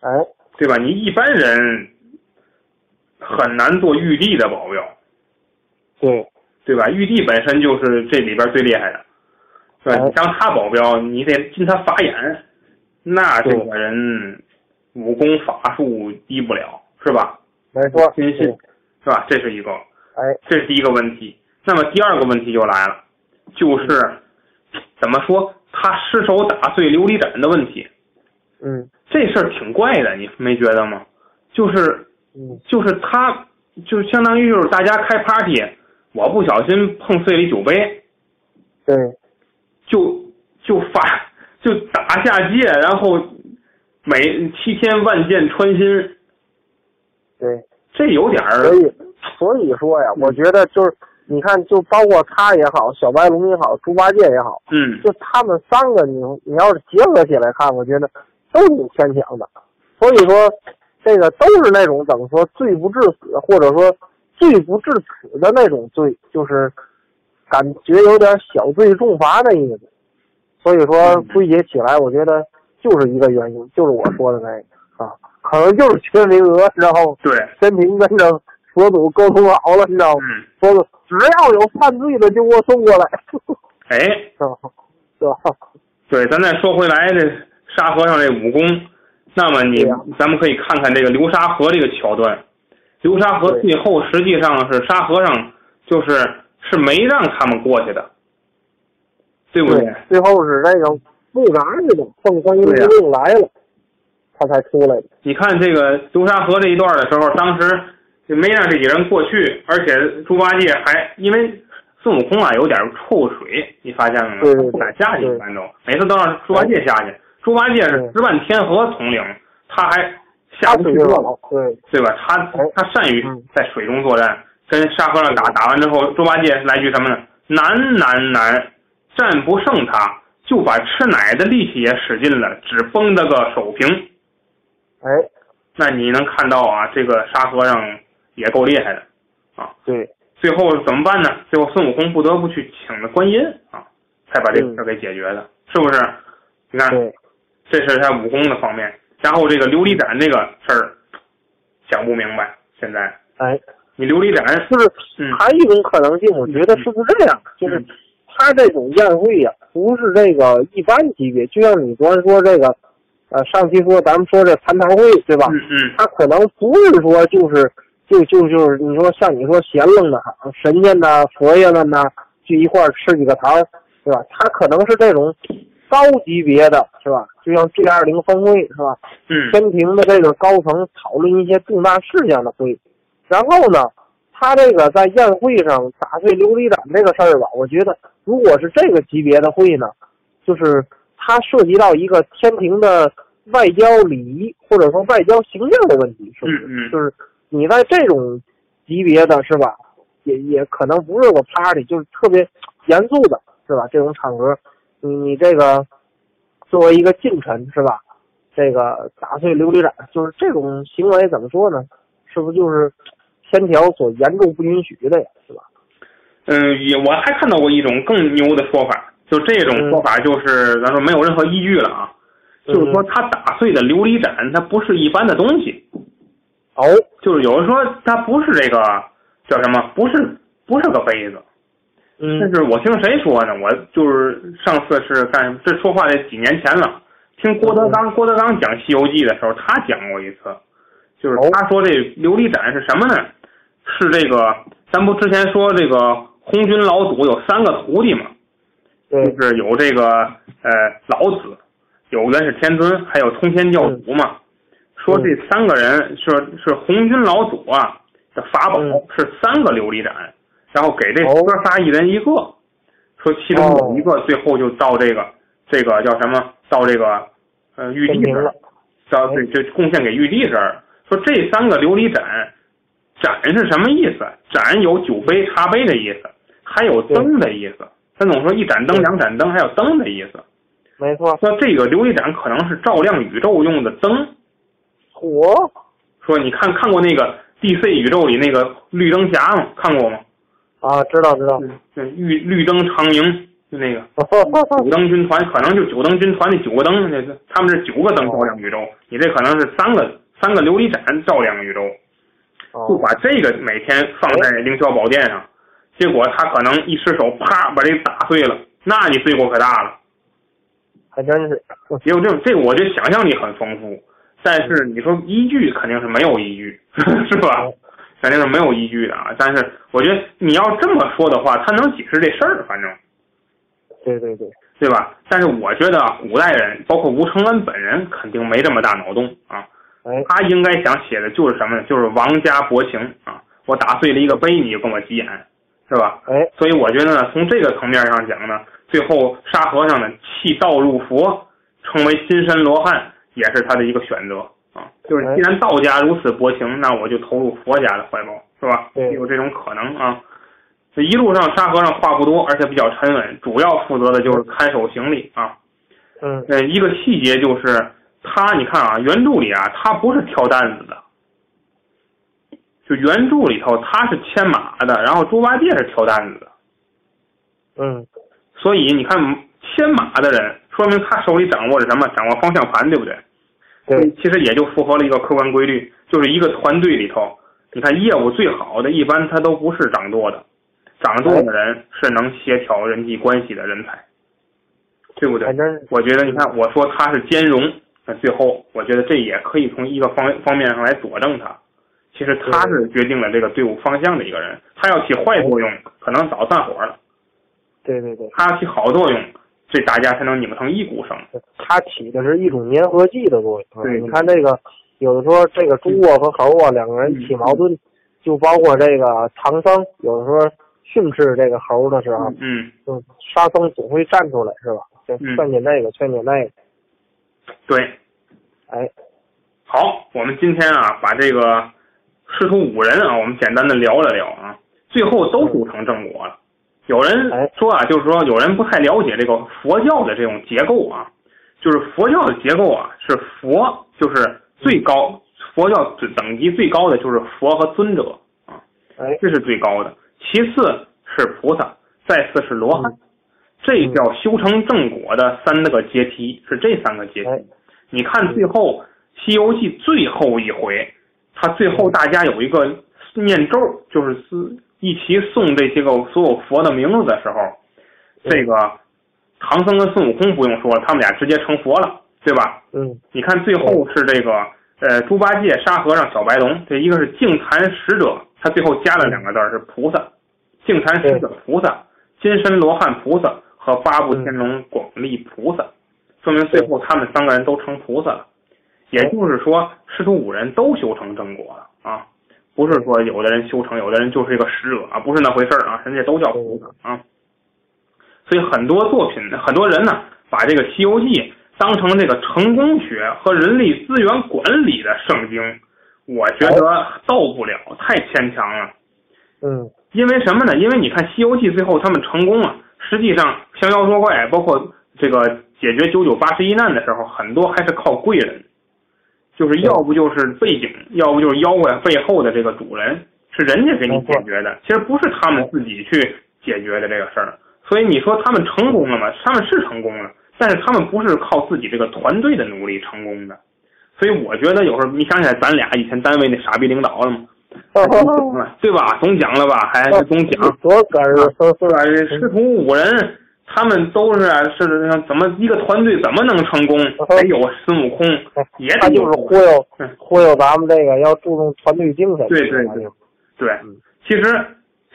S2: 哎，
S1: 对吧？你一般人很难做玉帝的保镖，
S2: 对
S1: 对吧？玉帝本身就是这里边最厉害的，是吧？
S2: 哎
S1: 你当他保镖，你得进他法眼，那这个人武功法术低不了，是吧？
S2: 没错，
S1: 真是
S2: 对
S1: 是吧？这是一个，
S2: 哎，
S1: 这是第一个问题。那么第二个问题就来了，就是怎么说他失手打碎琉璃盏的问题，
S2: 嗯
S1: 这事儿挺怪的，你没觉得吗？就是
S2: 嗯，
S1: 就是他就是相当于就是大家开 party，我不小心碰碎了一酒杯。
S2: 对
S1: 就就发就打下界，然后每七天万箭穿心，
S2: 对，
S1: 这有点儿
S2: 所以所以说呀，我觉得就是你看，就包括他也好，小白龙也好，猪八戒也好。
S1: 嗯，
S2: 就他们三个你，你要是结合起来看，我觉得都挺牵强的。所以说，这个都是那种怎么说罪不至死，或者说罪不至此的那种罪，就是感觉有点小罪重罚的意思。所以说
S1: 嗯
S2: 归结起来，我觉得就是一个原因，就是我说的那个啊，可能就是缺名额，然后
S1: 对，
S2: 天庭跟着佛祖沟通好了，你知道吗？
S1: 嗯，
S2: 佛祖只要有犯罪的就给我送过来， [laughs]
S1: 哎，
S2: 是吧？是吧？
S1: 对，咱再说回来，这沙和尚这武功，那么你、
S2: 对呀
S1: 咱们可以看看这个流沙河这个桥段，流沙河
S2: 对
S1: 最后实际上是沙和尚就是是没让他们过去的，对不对？
S2: 对，最后是那个木嘎似的，凤观音
S1: 对呀
S2: 令来了，他才出来的。
S1: 你看这个流沙河这一段的时候，当时就没让这几个人过去，而且猪八戒还因为孙悟空啊有点错误水，你发现了吗？
S2: 对对对
S1: 敢下去
S2: 对
S1: 一般都，每次都让猪八戒下去。猪八戒是
S2: 对
S1: 十万天河统领，他还下
S2: 他
S1: 不
S2: 水
S1: 去
S2: 性
S1: 了，
S2: 好，对
S1: 对吧？他
S2: 哎
S1: 他善于
S2: 嗯
S1: 在水中作战，跟沙和尚打
S2: 对
S1: 打完之后，猪八戒来句什么呢？难难难，战不胜他，就把吃奶的力气也使尽了，只崩得个手平。
S2: 哎，
S1: 那你能看到啊，这个沙和尚也够厉害的。
S2: 对
S1: 最后怎么办呢？最后孙悟空不得不去请了观音啊，才把这个事儿给解决的，是不是？你看，
S2: 嗯对
S1: 这是他武功的方面。然后这个琉璃盏这个事儿，想不明白。现在
S2: 哎，
S1: 你琉璃盏，
S2: 就是
S1: 嗯
S2: 还有一种可能性，我觉得是不是这样？就是他这种宴会呀、不是这个一般级别，就像你昨天说这个，呃，上期说咱们说这蟠桃会对吧？
S1: 嗯嗯，
S2: 他可能不是说就是。就就就是你说像你说闲楞的神仙呐、佛爷们呐，聚一块儿吃几个糖，对吧？他可能是这种高级别的，是吧？就像 G 二零峰会，是吧？
S1: 嗯
S2: 天庭的这个高层讨论一些重大事项的会，然后呢，他这个在宴会上打碎琉璃盏这个事儿吧，我觉得如果是这个级别的会呢，就是它涉及到一个天庭的外交礼仪或者说外交形象的问题，是不是？
S1: 嗯嗯
S2: 就是你在这种级别的是吧，也也可能不是个 party，就是特别严肃的是吧？这种场合，你你这个作为一个近臣是吧？这个打碎琉璃盏，就是这种行为怎么说呢？是不是就是天条所严重不允许的呀？是吧？
S1: 嗯，也我还看到过一种更牛的说法，就这种说法就是咱说没有任何依据了啊，
S2: 嗯
S1: 就是说他打碎的琉璃盏，它不是一般的东西，
S2: 哦，
S1: 就是有人说它不是这个叫什么，不是不是个杯子，但
S2: 嗯
S1: 是我听谁说呢？我就是上次是干什么？这说话得几年前了。听郭德
S2: 嗯
S1: 纲，郭德纲讲《西游记》的时候，他讲过一次，就是
S2: 哦
S1: 他说这琉璃盏是什么呢？是这个，咱不之前说这个红军老祖有三个徒弟嘛，
S2: 对，
S1: 就是有这个呃老子，有元始天尊，还有通天教
S2: 嗯
S1: 主嘛。说这三个人是是红军老祖啊的法宝、
S2: 嗯
S1: 是三个琉璃盏，然后给这
S2: 哦
S1: 哥仨一人一个，说其中有一个最后就到这个这个叫什么到这个呃玉帝
S2: 天
S1: 这
S2: 庭
S1: 儿
S2: 了，
S1: 到对就贡献给玉帝这儿。说这三个琉璃盏，盏是什么意思？盏有酒杯、茶杯的意思，还有灯的意思。咱总说一盏灯、
S2: 对
S1: 两盏灯，还有灯的意思。
S2: 没错，
S1: 说这个琉璃盏可能是照亮宇宙用的灯。
S2: 火
S1: 说你看看过那个 DC 宇宙里那个绿灯侠吗？看过吗？
S2: 啊，知道知 [laughs] 道，
S1: 嗯，对绿绿灯长营就那个九
S2: 嗯
S1: 灯军团，可能就九灯军团那九个灯，那是他们是九个灯照亮宇宙，你这可能是三个三个琉璃盏照亮宇宙。
S2: 哦
S1: 就把这个每天放在凌霄宝殿上，结果他可能一失手，啪把这打碎了，那你罪过可大了。[laughs]
S2: 还真是，
S1: 结果这种这个，我觉得想象力很丰富，但是你说依据肯定是没有依据， [laughs] 是吧？
S2: 嗯哎
S1: 肯定是没有依据的啊。但是我觉得你要这么说的话，他能解释这事儿，反正
S2: 对对对，
S1: 对吧？但是我觉得啊古代人，包括吴承恩本人，肯定没这么大脑洞啊。
S2: 哎，
S1: 他应该想写的就是什么呢？就是王家薄情啊！我打碎了一个杯，你就跟我急眼，是吧？
S2: 哎，
S1: 所以我觉得呢，从这个层面上讲呢，最后沙和尚呢弃道入佛，成为新身罗汉，也是他的一个选择啊。就是
S2: 哎
S1: 既然道家如此薄情，那我就投入佛家的怀抱，是吧？
S2: 对
S1: 有这种可能啊。这一路上沙和尚话不多，而且比较沉稳，主要负责的就是看守行李啊。
S2: 嗯，
S1: 呃，一个细节就是他，你看啊，原著里啊，他不是挑担子的，就原著里头他是牵马的，然后猪八戒是挑担子的。
S2: 嗯，
S1: 所以你看，牵马的人，说明他手里掌握着什么？掌握方向盘，对不对？
S2: 对，
S1: 其实也就符合了一个客观规律，就是一个团队里头，你看业务最好的，一般他都不是掌舵的，掌舵的人是能协调人际关系的人才，对不对
S2: 还？真是，
S1: 我觉得，你看，我说他是兼容，那最后我觉得这也可以从一个方方面上来佐证他。其实他是决定了这个队伍方向的一个人，他要起坏作用，可能早散伙了；
S2: 对对对，
S1: 他要起好作用，这大家才能拧成一股绳。
S2: 它起的是一种粘合剂的作用。啊
S1: 对嗯
S2: 你看这个，有的时候这个猪啊和猴啊两个人起矛盾，就包括这个唐僧，有的时候训斥这个猴的时候，
S1: 嗯，
S2: 就沙僧总会站出来，是吧？就
S1: 嗯
S2: 劝解那个，劝解那个，
S1: 对。
S2: 哎，
S1: 好，我们今天啊，把这个师徒五人啊，我们简单的聊了聊啊，最后都修成正果了。有人
S2: 哎
S1: 说啊，就是说有人不太了解这个佛教的这种结构啊，就是佛教的结构啊，是佛就是最高佛教等级最高的就是佛和尊者啊，
S2: 哎，
S1: 这是最高的，其次是菩萨，再次是罗汉
S2: 嗯，
S1: 这叫修成正果的三个阶梯，是这三个阶梯
S2: 哎。
S1: 你看最后《西游记》最后一回，他最后大家有一个念咒，就是四一起诵这些个所有佛的名字的时候，这个唐僧跟孙悟空不用说了，他们俩直接成佛了，对吧？
S2: 嗯，
S1: 你看最后是这个呃，猪八戒、沙和尚、小白龙，这一个是净坛使者，他最后加了两个字儿是菩萨，净坛使者菩萨，金身罗汉菩萨和八部天龙广力菩萨，说明最后他们三个人都成菩萨了，也就是说，师徒五人都修成正果了啊，不是说有的人修成，有的人就是一个使者啊，不是那回事儿啊，人家都叫菩萨啊，所以很多作品，很多人呢把这个《西游记》。当成这个成功学和人力资源管理的圣经，我觉得到不了，太牵强了。
S2: 嗯，
S1: 因为什么呢？因为你看《西游记》最后他们成功了，实际上降妖捉怪，包括这个解决九九八十一难的时候，很多还是靠贵人，就是要不就是背景，要不就是妖怪背后的这个主人，是人家给你解决的，其实不是他们自己去解决的这个事儿。所以你说他们成功了吗？他们是成功了。但是他们不是靠自己这个团队的努力成功的，所以我觉得有时候你想起来咱俩以前单位那傻逼领导了吗？
S2: 嗯 [laughs]
S1: [laughs] 对吧？总讲了吧，还总哎讲啊
S2: 多感人，
S1: 对吧？这师徒五人，他们都是啊是怎么一个团队怎么能成功？
S2: 嗯
S1: 得有孙悟空，也
S2: 他就是忽悠忽悠咱们这个要注重团队精
S1: 嗯
S2: 神。啊
S1: 对对对对，
S2: 嗯
S1: 其实《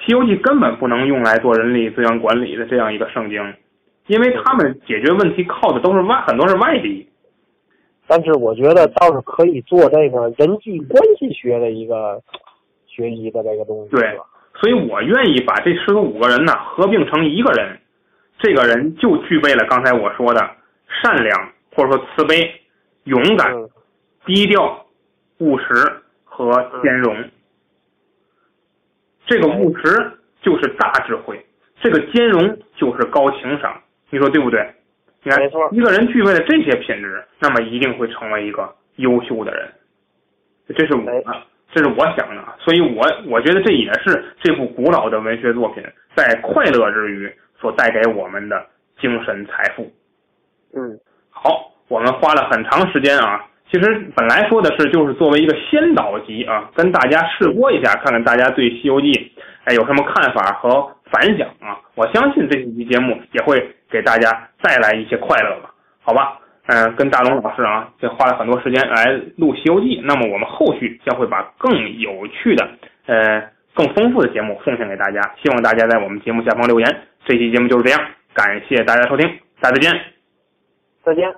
S1: 西游记》根本不能用来做人力资源管理的这样一个圣经。因为他们解决问题靠的都是外，很多是外力。
S2: 但是我觉得倒是可以做这个人际关系学的一个学习的这个东西。
S1: 对，所以我愿意把这十五个人呢合并成一个人，这个人就具备了刚才我说的善良或者说慈悲、勇敢、
S2: 嗯、
S1: 低调、务实和兼容。
S2: 嗯、
S1: 这个务实就是大智慧，这个兼容就是高情商。你说对不对？你看，
S2: 没错，
S1: 一个人具备了这些品质，那么一定会成为一个优秀的人。这是我，这是我想的，所以我我觉得这也是这部古老的文学作品在快乐之余所带给我们的精神财富。
S2: 嗯，
S1: 好，我们花了很长时间啊。其实本来说的是，就是作为一个先导集啊，跟大家试播一下，看看大家对《西游记》哎有什么看法和反响啊。我相信这几期节目也会给大家带来一些快乐吧，好吧？嗯、呃，跟大龙老师啊，这花了很多时间来录《西游记》，那么我们后续将会把更有趣的、呃更丰富的节目奉献给大家。希望大家在我们节目下方留言。这期节目就是这样，感谢大家收听，大家再见，
S2: 再见。